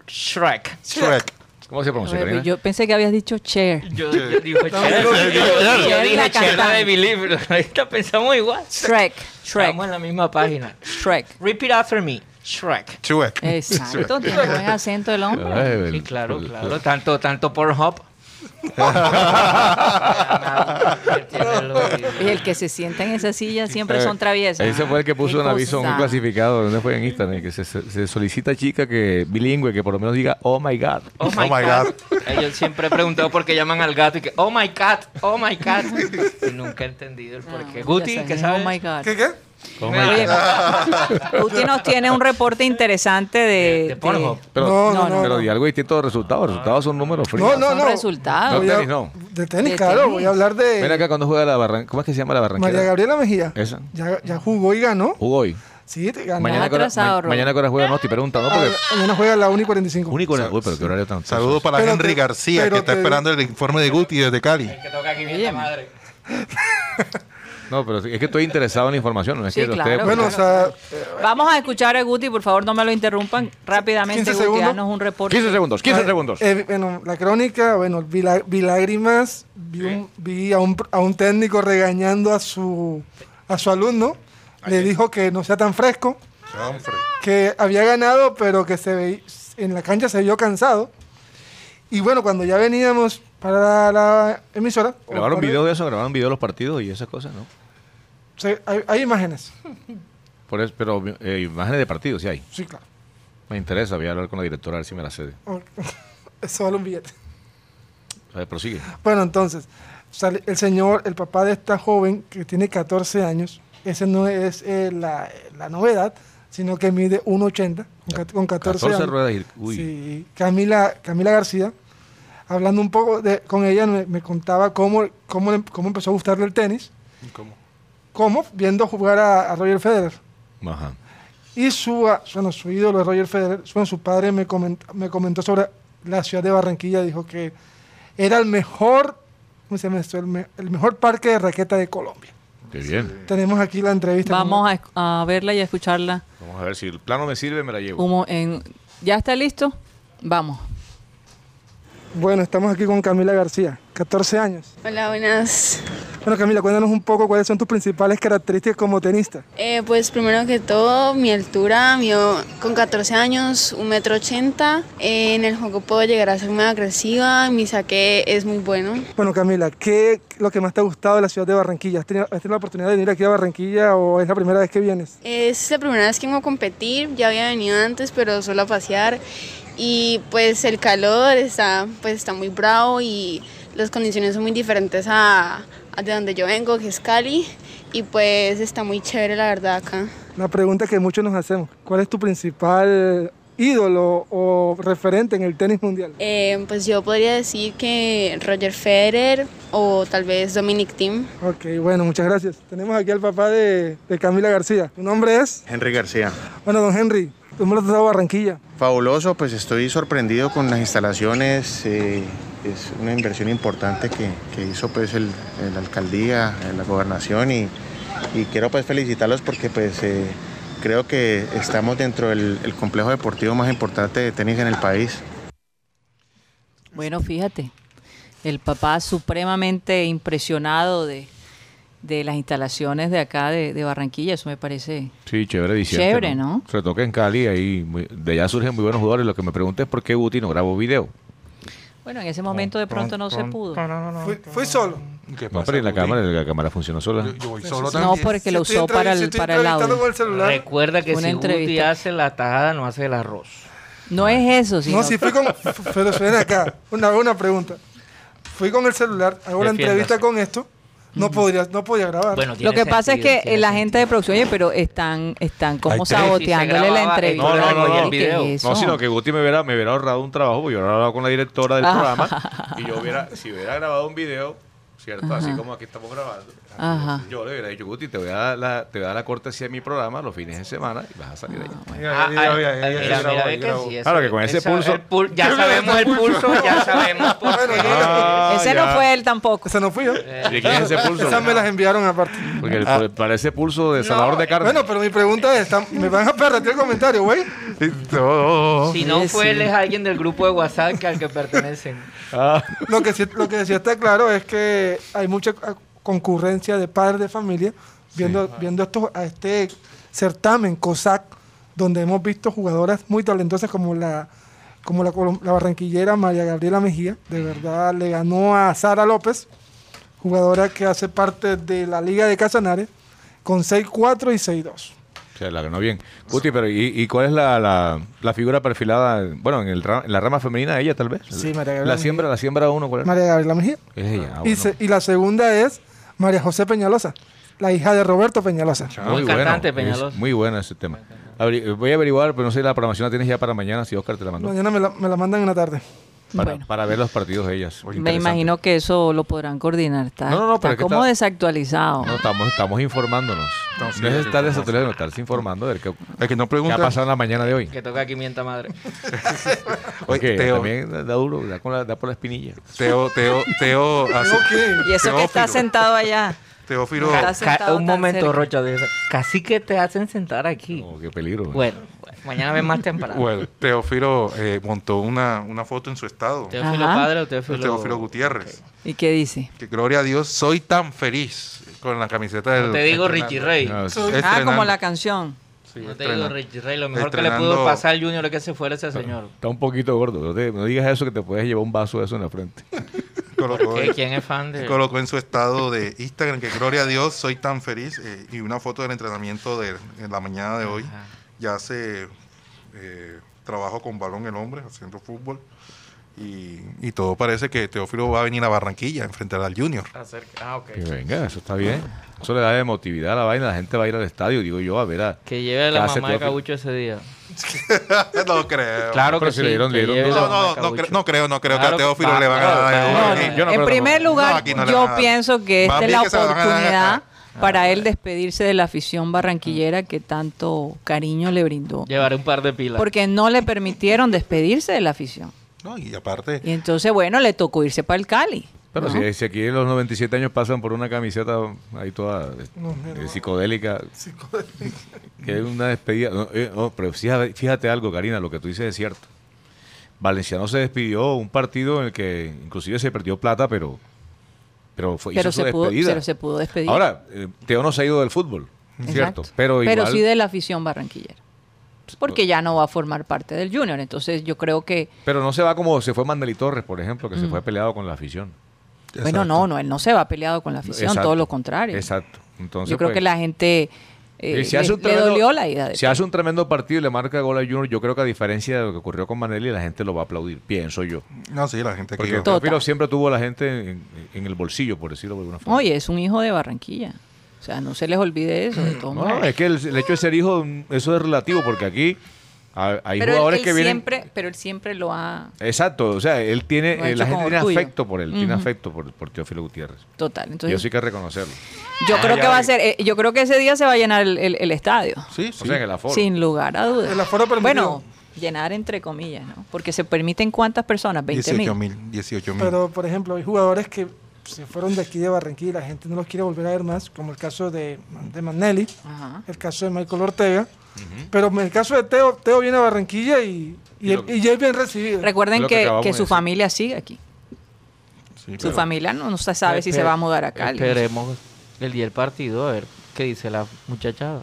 Shrek.
Shrek.
¿Cómo se
Oye,
pronuncia,
pero
Karina?
yo pensé que habías dicho Cher.
Yo, yo digo Cher.
yo-
Yo,
yo-
yo
la
dije Cher la
cantante.
de mi libro. Ahorita pensamos igual.
Shrek,
Estamos
Shrek,
en la misma página.
Shrek.
Repeat after me. Shrek.
Shrek.
Exacto, tiene buen acento el hombre.
Ay, el-
Sí, claro,
el-
claro. Tanto, tanto Pornhub.
Y el que se sienta en esa silla siempre son traviesas.
Ese fue el que
Qué
puso un aviso en un
cosa.
clasificado, ¿dónde fue? En Instagram, que se, se solicita chica que bilingüe, que por lo menos diga, oh my God.
Oh my,
Oh my
God. Ellos siempre he preguntado por qué llaman al gato y que, oh my cat, oh my cat. Y nunca he entendido el por
No,
qué.
ya
Guti,
sabes,
¿qué
Oh my
sabes?
God.
¿Qué qué?
Oye, Guti nos tiene un reporte interesante de,
De Pornhub.
Pero,
No, no, no.
pero di algo distinto de resultados. Resultados son números fríos.
No, no,
son
no.
resultados.
Voy a-
No, tenis, no.
De tenis,
De
claro.
tenis.
Voy a hablar de
Ven acá cuando juega la barranca. ¿Cómo es que se llama la barranquera?
María Gabriela Mejía.
Esa.
Ya, ya jugó y ganó.
Jugó hoy.
Sí, te ganó.
Mañana, que hora-
atrasado,
ma-
Robert.
mañana que hora juega, no estoy preguntando
Ah,
porque...
Mañana juega la 1 y 45.
Único en el... Uy, pero qué horario tan...
Saludos para
Pero te-
Henry García,
pero
que está
te-
esperando el informe de Guti desde Cali.
Que toca aquí bien la madre.
No, pero es que estoy interesado en la información. No es
Sí,
que
claro.
ustedes-
Bueno, o sea,
Vamos a escuchar a Guti, por favor, no me lo interrumpan. Rápidamente,
15
Guti,
segundos.
danos un reporte.
15 segundos, 15
Ah,
segundos.
eh, bueno, la crónica, bueno, vi, la- vi lágrimas, vi, un- vi a, un, a un técnico regañando a su, a su alumno. Le dijo que no sea tan fresco,
Hombre.
que había ganado, pero que se ve, en la cancha se vio cansado. Y bueno, cuando ya veníamos para la emisora... o
Grabaron
para-
video de eso, grabaron video de los partidos y esas cosas, ¿no?
se- hay, hay imágenes,
Por eso, pero eh, imágenes de partidos sí hay.
sí, claro.
Me interesa, voy a hablar con la directora a ver si me la cede.
Ok. Eso vale un billete.
A ver, prosigue.
Bueno, entonces, sale el señor, el papá de esta joven que tiene 14 años, ese no es eh, la, la novedad, sino que mide 1,80 con, ca- con 14,
14
años.
ruedas y... Uy.
Sí, Camila, Camila García, hablando un poco de- con ella, me, me contaba cómo, cómo, le- cómo empezó a gustarle el tenis. ¿Cómo? Viendo jugar a, a Roger Federer.
Ajá.
Y su, a- bueno, su ídolo es Roger Federer. Bueno, su padre me, coment- me comentó sobre la ciudad de Barranquilla. Dijo que era el mejor, ¿cómo se llama esto? El, me- el mejor parque de raqueta de Colombia.
Qué bien.
Tenemos aquí la entrevista.
Vamos a, esc- a verla y a escucharla.
Vamos a ver si el plano me sirve, me la llevo.
Humo en... ¿Ya está listo? Vamos.
Bueno, estamos aquí con Camila García, 14 años.
Hola, buenas.
Bueno, Camila, cuéntanos un poco cuáles son tus principales características como tenista.
Eh, pues primero que todo, mi altura, mío con 14 años, 1,80 metro ochenta. Eh, en el juego puedo llegar a ser muy agresiva, mi saque es muy bueno.
Bueno, Camila, ¿qué es lo que más te ha gustado de la ciudad de Barranquilla? ¿Has tenido, has tenido la oportunidad de venir aquí a Barranquilla o es la primera vez que vienes?
Es la primera vez que vengo a competir, ya había venido antes, pero solo a pasear. Y pues el calor está, pues, está muy bravo y las condiciones son muy diferentes a, a de donde yo vengo, que es Cali. Y pues está muy chévere la verdad acá.
La pregunta que muchos nos hacemos, ¿cuál es tu principal ídolo o referente en el tenis mundial?
Eh, pues yo podría decir que Roger Federer o tal vez Dominic Thiem.
Ok, bueno, muchas gracias. Tenemos aquí al papá de, de Camila García. ¿Tu nombre es?
Henry García.
Bueno, don Henry, tú me lo has dado Barranquilla.
Fabuloso, pues estoy sorprendido con las instalaciones. eh, es una inversión importante que, que hizo pues el, el alcaldía, eh, la gobernación y, y quiero pues felicitarlos porque pues eh, Creo que estamos dentro del el complejo deportivo más importante de tenis en el país.
Bueno, fíjate, el papá supremamente impresionado de, de las instalaciones de acá de, de Barranquilla, eso me parece.
Sí, chévere diciendo.
Chévere, ¿no?
Se toca en Cali, ahí muy- de allá surgen muy buenos jugadores. Lo que me pregunta es por qué Guti no grabó video.
Bueno, en ese momento de pronto no se pudo.
Fui, fui solo.
No, pero en la cámara, la cámara funciona sola.
No, porque lo
Si estoy
usó para
entrevi- si
el,
estoy
para el
entrevistando
audio.
con el celular.
Recuerda que
Una
si Guti
entrevista.
hace la tajada, no hace el arroz.
No es eso, sino
No, sí fui con. Pero suena acá. Una, una pregunta. Fui con el celular, hago la
Defiéndase.
entrevista con esto.
Mm.
No podría, no podía grabar.
Bueno,
Lo que pasa es que la gente de producción, oye, pero están, están como
Hay tres.
Si
saboteándole la
se grababa,
entrevista.
No, no, no, no.
¿Qué es eso?
No, sino que Guti me hubiera, me hubiera ahorrado un trabajo, porque yo hubiera hablado con la directora
Ah.
del programa y yo hubiera, si hubiera grabado un video, ¿cierto? Así
Ajá.
como aquí estamos grabando,
Ajá.
yo le hubiera dicho, Guti, te voy a dar la, te voy a dar la cortesía de mi programa los fines de semana y vas a salir ahí.
Ah, ah, mira, mira, ve que sí, eso-
Claro que con ese
esa-
pulso-
el pul- ya sabemos el pulso, ya sabemos. por qué.
ah,
Eh,
Ese no fue él tampoco.
Esa no fui yo.
Eh,
¿Y quién es ese pulso?
Esas Ah, me las enviaron aparte.
Porque el- por- para ese pulso de salador de carne.
Bueno, pero mi pregunta es, ¿tam- ¿me van a perder el comentario, güey?
No.
Si
Sí,
no
sí.
fue, él es alguien del grupo de WhatsApp que al que pertenecen.
Ah,
Lo que, sí, lo que sí está claro es que hay mucha ah, concurrencia de padres de familia viendo, viendo esto, a este certamen COSAC, donde hemos visto jugadoras muy talentosas como la como la, colom- la barranquillera María Gabriela Mejía, de verdad le ganó a Sara López, jugadora que hace parte de la Liga de Casanares, con 6-4 y 6-2.
se la ganó bien. Guti, pero ¿y, y cuál es la, la, la figura perfilada? Bueno, en, el ra- en la rama femenina, ella tal vez.
Sí, María Gabriela
La
Mejía.
siembra, la siembra uno, ¿cuál es?
María Gabriela Mejía.
Es ella. ah,
y,
bueno.
se- y la segunda es María José Peñalosa, la hija de Roberto Peñalosa.
Muy cantante, Peñalosa.
es muy bueno ese tema. Abri- eh, voy a averiguar, pero no sé si la programación la tienes ya para mañana, si Oscar te la mandó.
Mañana me la, me la mandan en la tarde.
Para,
Bueno.
para ver los partidos de ellas.
Me imagino que eso lo podrán coordinar. Está,
No, no, no,
está
pero es que
como
está-
desactualizado.
No, estamos, estamos informándonos.
No, sí,
no es
sí,
estar
sí,
desatualizando, estarse informando de qué,
El que no
qué ha
pregunta.
pasado en la mañana de hoy.
Que toca aquí mienta madre.
Oye,
Porque
Teo.
también da da duro, da, con la- da por la espinilla.
Teo, Teo, Teo. hace-
Y eso que está
Teófilo.
sentado allá.
Teófilo.
Está sentado
un
tan
momento,
cerca.
Rocha, de esa. Casi que te hacen sentar aquí.
Oh, qué peligro. güey.
Bueno, bueno, mañana ves más temprano.
Bueno, Teófilo eh, montó una, una foto en su estado. de
¿Teófilo
Ajá.
padre o Teófilo,
Teófilo Gutiérrez.
¿Y qué dice?
Que gloria a Dios, soy tan feliz con la camiseta del.
No te digo
entrenando.
Richie Rey.
No,
No,
sí.
Ah,
Estrenando.
como la canción.
Sí,
te digo
estrenando.
Richie Rey. Lo mejor que le
Estrenando-
pudo pasar al Junior es que se fuera ese señor.
Está un poquito gordo. No, te- no digas eso que te puedes llevar un vaso de eso en la frente.
Colocó,
¿Qué? ¿Quién es fan de...?
colocó en su estado de Instagram que gloria a Dios, soy tan feliz. eh, y una foto del entrenamiento de, en la mañana de hoy.
Ajá.
Ya hace eh, trabajo con balón el hombre, haciendo fútbol. Y, y todo parece que Teófilo va a venir a Barranquilla a enfrentar al Junior.
Acerca- Ah, ok.
Que venga, eso está bien. Eso le da emotividad a la vaina. La gente va a ir al estadio, digo yo, a ver a.
Que lleve a
¿Qué
la
hace
mamá de
Teófilo?
Cabucho ese día.
no creo.
Claro
pero
que
si
sí.
le dieron-
que
le dieron
lleve
dos.
la
No,
mamá
no,
de
no, cre-
Cabucho.
no creo, no creo
Claro
que a Teófilo le van a
claro,
dar.
claro,
algo.
claro.
Eh,
Yo no
en
creo
primer
tampoco. No,
lugar,
aquí no le
yo
van a dar.
pienso que esta
Más
es
bien
la
que se la van a dar
oportunidad
acá.
Ah,
para él despedirse de la afición barranquillera que tanto cariño le brindó.
Llevaré un par de pilas.
Porque no le permitieron despedirse de la afición.
No, y aparte,
Y entonces, bueno, le tocó irse para el Cali.
Pero
¿no?
si, si aquí los 97 años pasan por una camiseta ahí toda eh, eh, psicodélica, que es una despedida. No, eh, no, pero fíjate, fíjate algo, Karina, lo que tú dices es cierto. Valenciano se despidió un partido en el que inclusive se perdió plata, pero, pero fue,
Pero
hizo su
se, pudo,
despedida.
pero se pudo despedir.
Ahora, eh, Teo no se ha ido del fútbol,
Exacto.
¿cierto? Pero, igual,
sí de la afición barranquillera. Porque ya no va a formar parte del Junior. Entonces, yo creo que.
pero no se va como se fue Mandeli Torres, por ejemplo,
Mm.
que se fue peleado con la afición.
Bueno, no, no, él no se va peleado con la afición,
Exacto.
todo lo contrario.
Exacto. Entonces,
yo creo
pues,
que la gente.
Y
eh,
si
le,
hace un
le
tremendo-
dolió la ida de
Si hace un tremendo partido y le marca gol a Junior, yo creo que a diferencia de lo que ocurrió con Manelli, la gente lo va a aplaudir, pienso yo.
no, sí, la gente que
Porque
iba.
Total.
Teófilo siempre tuvo a la gente en, en el bolsillo, por decirlo de alguna forma.
Oye, es un hijo de Barranquilla. O sea, no se les olvide eso. De todos
No,
modos.
es que el, el hecho de ser hijo, mm, eso es relativo, porque aquí ha- hay
pero, él,
jugadores
él
que vienen...
siempre, pero él siempre lo ha...
Exacto, o sea, él tiene,
Lo ha
eh, la
hecho
gente
con
tiene
orgullo.
afecto por él, tiene
Ujú.
afecto por, por Teófilo Gutiérrez.
Total.
y
Entonces, yo,
eso hay que reconocerlo.
creo
ya
que va a
vi.
ser... eh, yo creo que ese día se va a llenar el, el- el estadio.
Sí, sí.
O sea, en el aforo.
Sin lugar a dudas.
El aforo permitido.
Bueno, llenar entre comillas, ¿no? Porque se permiten cuántas personas, 20
18
mil.
mil,
Mm.
18 mil.
Pero, por ejemplo, hay jugadores que se fueron de aquí de Barranquilla, la gente no los quiere volver a ver más, como el caso de, de Manelli,
Ajá.
el caso de Michael Ortega, Pero en el caso de Teo, Teo viene a Barranquilla y, y,
Y lo-
y ya es bien recibido.
Recuerden que, que su
familia
familia sigue aquí.
Sí,
Su familia no, no se sabe si se va a mudar a Cali.
Esperemos el día del partido a ver qué dice la muchachada.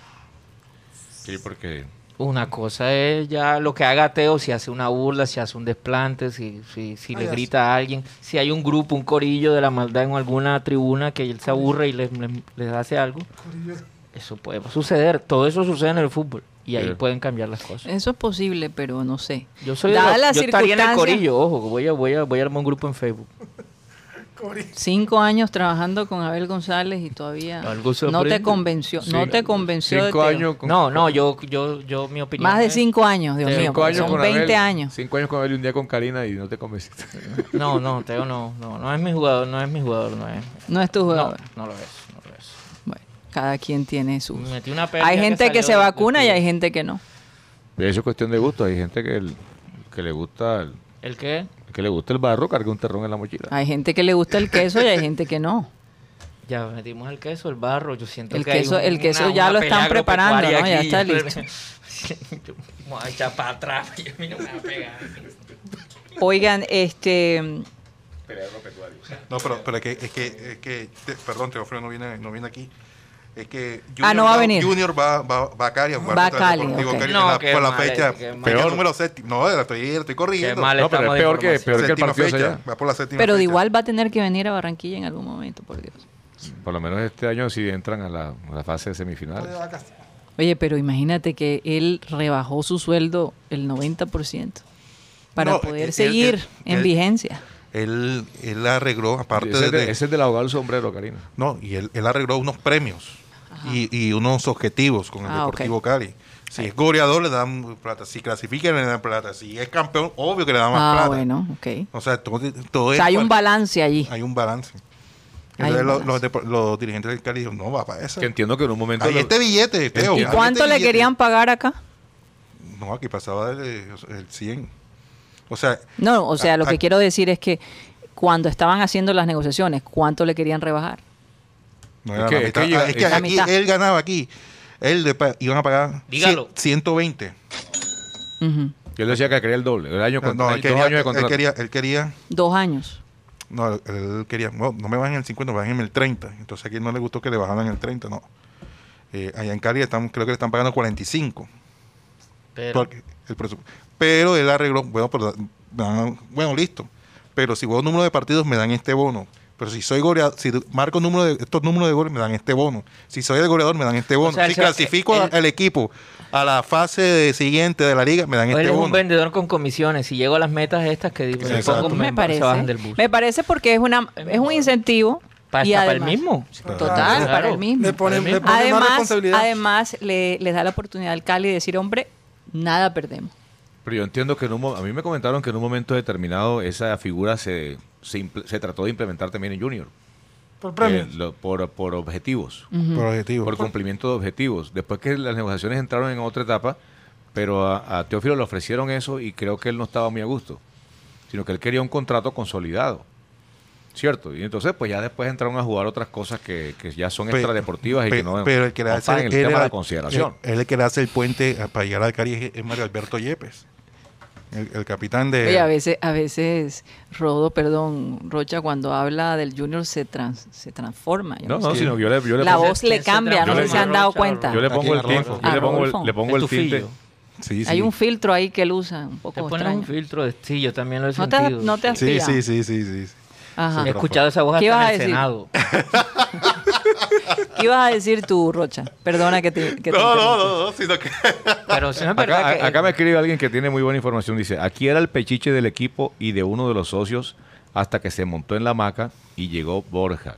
Sí, porque
pues, Una cosa es ya lo que haga Teo, si hace una burla, si hace un desplante, si, si, si
Ah,
le
ya
grita a alguien, si hay un grupo, un corillo de la maldad en alguna tribuna que él se aburre y les, les- les hace algo. Eso puede suceder, todo eso sucede en el fútbol y ahí
Sí.
pueden cambiar las cosas.
Eso es posible, pero no sé.
Yo soy de
Dadas
los-
las
yo estaría en el
circunstancias-
corillo, ojo, voy a, voy a, voy a armar un grupo en Facebook.
Cinco años trabajando con Abel González y todavía
Algo
no
sorprende.
te convenció, no
Sí.
te convenció de Teo.
No, no, yo, yo, yo, mi opinión.
Más de
es-
cinco años, Dios mío, porque son 20
Abel,
años.
Cinco años con Abel y un día con Karina y no te convenciste.
No, no, Teo no, no, no es mi jugador, no es mi jugador, no es.
No es tu jugador.
No, no lo es, no lo es.
Cada quien tiene su.
Metí una pérdida
Hay
que
gente que,
salió
se
del-
vacuna y hay gente que no.
Pero eso es cuestión de gusto. Hay gente que, el- que le gusta el,
¿El qué?
el que le gusta el barro carga un terrón en la mochila.
Hay gente que le gusta el queso y hay gente que no.
Ya metimos el queso, el barro, yo siento
El
que hay
queso-
un-
el queso
una-
ya
una
lo están
pelea
preparando, ¿no?
agropecuaria
Ya está
aquí.
listo.
Yo me voy a echar para atrás, y a mí no me va a pegar.
Oigan, este.
No, pero, pero es que, es que, es que te- perdón, Teófilo no viene, no viene aquí. Es que
Ah, no va a venir.
Junior va, va, va a Cali a jugar
Va a
contra el
Cali,
Deportivo
ok.
Cali
No,
en la,
qué
por la
mal,
fecha,
qué mal.
fecha
Peor.
número séptimo. No, la estoy, estoy corrigiendo.
Qué mal No, pero estamos es de peor que- información. peor que el
Séptima
partido
fecha,
allá.
Va por la séptima
Pero de
fecha.
igual va a tener que venir a Barranquilla en algún momento, por Dios.
Por lo menos este año sí entran a la, a la fase de semifinales.
Oye, pero imagínate que él rebajó su sueldo el 90% para
No,
poder
él- él-
seguir
él-
en
él-
vigencia.
Él, él arregló, aparte
Ese es de-
es del abogado del sombrero, Karina. No, y él, él arregló unos premios y, y unos objetivos con el
Ah, ok.
Deportivo Cali. Si es goleador, le dan plata. Si clasifica, le dan plata. Si es campeón, obvio que le dan más
Ah,
plata.
bueno, ok.
O sea, todo, todo
O
es
sea, hay un
cual-
balance allí.
Hay un balance.
Hay un
Entonces, los- Los, depo- los dirigentes del Cali dijeron, no, va para eso.
Que entiendo que en un momento.
Ahí
lo-
este billete, Teo.
¿Y
ahí
cuánto
este
le
billete.
querían pagar acá?
No, aquí pasaba el, eh, el 100. O sea,
No, o sea, lo
a-
que quiero decir es que cuando estaban haciendo las negociaciones, ¿cuánto le querían rebajar?
No
Es
era
que-
la
es que
mitad.
ya-
Ah, es que
es-
aquí
La mitad.
él ganaba aquí. Él le pa- iban a pagar
Dígalo.
100 120.
Yo le decía que quería el doble. El año
No,
con
no, él
año- dos
quería,
años de
él,
contrato.
quería, él quería,
Dos años.
no, él- él quería, no, no me bajen el 50, bajen el 30. Entonces aquí no le gustó que le bajaran el 30, no. Eh, allá en Cali están, creo que le están pagando 45.
Pero-
Porque el presupu- pero él arregló, bueno, pero da- bueno, listo. Pero si juego número de partidos me dan este bono. Pero si soy goleador, si marco número de, estos números de goles me dan este bono. Si soy el goleador me dan este bono.
sea,
si
él se-
clasifico a-
él-
al equipo a la fase de- siguiente de la liga me dan
Pues Él
este
es un
bono.
vendedor con comisiones. Si llego a las metas estas que digo,
Exacto.
Me parece.
se bajan del bus.
Me parece porque es una es un incentivo
Para,
y
hasta para el
además-
mismo.
Total, para el mismo.
Le ponen- le ponen más
además,
responsabilidad.
además le, les da la oportunidad al Cali de decir, hombre, nada perdemos.
Pero yo entiendo que en un, mo- a mí me comentaron que en un momento determinado esa figura se, se, impl- se trató de implementar también en Junior.
Por premios.
Eh, lo- por, por objetivos.
Ujú. Por objetivos.
Por cumplimiento de objetivos. Después que las negociaciones entraron en otra etapa, pero a, a Teófilo le ofrecieron eso y creo que él no estaba muy a gusto, sino que él quería un contrato consolidado. ¿Cierto? Y entonces, pues ya después entraron a jugar otras cosas que, que ya son
Pe-
extradeportivas y
pe-
que no,
pero el que le
no
hace
están en el
él
tema
era-
de la consideración.
él- él el que le hace el puente a- para llegar al Cali es- es Mario Alberto Yepes. El, el capitán de
Oye, a veces, a veces Rodo, perdón, Rocha, cuando habla del Junior se trans- se transforma. yo
No, no,
sé.
sino que yo le, yo le
la
pongo-
voz le cambia, no sé si se han dado cuenta.
Yo le pongo el
Aquí,
tiempo,
Arnulfo.
yo le pongo el,
Arnulfo.
le pongo el
Estufillo.
tinte. Sí,
Hay un filtro ahí que él usa, un poco
Te pones
extraño.
un filtro de sí, yo también lo he
No te-
sentido.
no te has Sí, pillado. sí, sí,
sí.
Ajá.
He escuchado esa voz
¿Qué
hasta
ibas
en
a
el
decir?
Senado.
¿Qué ibas a decir tú, Rocha? Perdona que te. que te interrumpa.
no, sino que...
Pero si no es verdad
acá,
que...
a- acá me escribe alguien que tiene muy buena información. Dice, aquí era el pechiche del equipo y de uno de los socios hasta que se montó en la maca y llegó Borja.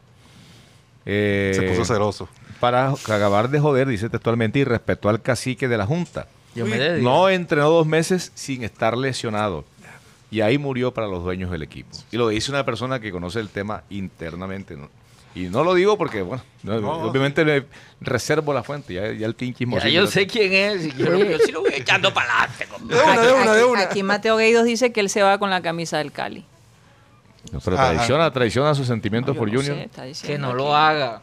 Eh,
Se puso celoso.
Para jo- acabar de joder, dice textualmente, y respetó al cacique de la Junta.
Yo me dedico.
No entrenó dos meses sin estar lesionado. Y ahí murió para los dueños del equipo. Y lo dice una persona que conoce el tema internamente. ¿no? Y no lo digo porque, bueno, no,
No,
obviamente le reservo la fuente. Ya, ya el tinchismo.
Ya yo sé quién es. y Yo, yo sí lo voy echando para adelante. compadre.
Aquí- aquí- Aquí Mateo Gueidos dice que él se va con la camisa del Cali.
Pero
Ajá. Ah,
traiciona, traiciona sus sentimientos por
No
Junior.
sé, está diciendo
Que no
aquí.
lo haga.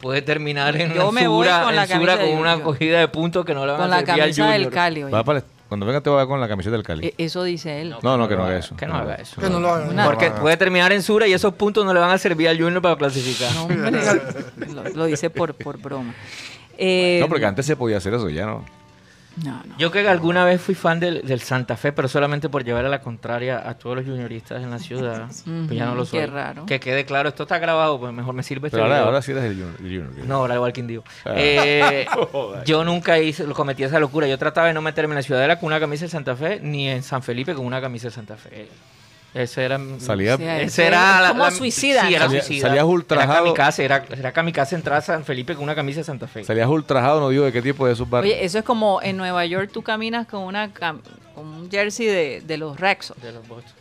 puede terminar en
Yo me voy
Sura-
con la
en Sura
camisa de
con una
Junior.
cogida de puntos que no le van
Con
a
la
servir al
camisa del
Junior.
Cali, oye.
Va para el- cuando venga te voy a con la camiseta del Cali.
E- Eso dice él.
No, no, que no haga eso.
Eh, Que no haga eso.
Que no lo hagan.
Una-
Porque puede terminar en Sura y esos puntos no le van a servir al Junior para clasificar.
No, hombre, lo, lo dice por, por broma. Eh,
No, porque antes se podía hacer eso, ya no.
no, no.
Yo que alguna vez fui fan del, del Santa Fe, pero solamente por llevar a la contraria a todos los junioristas en la ciudad. pues ya no lo
Ujú,
soy.
qué raro.
Que quede claro, esto está grabado, pues mejor me sirve este
Pero ahora,
video.
ahora sí eres el Junior. el junior.
No, ahora igual Quindío.
Ah. Oh,
Eh, yo nunca hice, lo cometí esa locura. Yo trataba de no meterme en la Ciudadela con una camisa del Santa Fe, ni en San Felipe con una camisa del Santa Fe. Ese era. mi-
Salía- Sí,
ese era la,
como
la-
suicida,
Sí, era
¿no?
Salía-
suicida.
salías ultrajado.
Era kamikaze, era, era kamikaze entrar a San Felipe con una camisa de Santa Fe.
Salías ultrajado, no digo de qué tipo de esos barrios.
Oye, eso es como en Nueva York tú caminas con una cam- con un jersey de, de los Rexos.
De los Boston.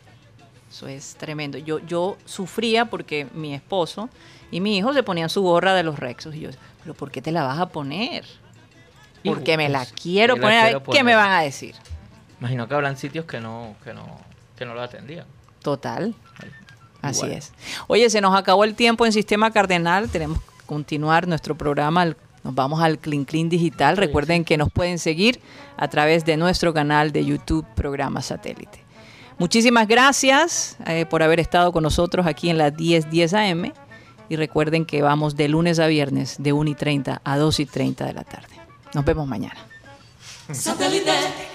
Eso es tremendo. Yo, yo sufría porque mi esposo y mi hijo se ponían su gorra de los Rexos. Y yo, ¿pero por qué te la vas a poner?
Hijo,
Porque me la
pues,
quiero
me la
poner. a ver
quiero
¿Qué me
poner.
van a decir?
Imagino que habrán sitios que no, que no, que no lo atendían.
Total. Así es. Oye, se nos acabó el tiempo en Sistema Cardenal. Tenemos que continuar nuestro programa. Al- Nos vamos al Clean Clean Digital. Recuerden que nos pueden seguir a través de nuestro canal de YouTube, Programa Satélite. Muchísimas gracias eh, por haber estado con nosotros aquí en las 10:10 AM. Y recuerden que vamos de lunes a viernes de 1 y 30 a 2 y 30 de la tarde. Nos vemos mañana.
Satélite.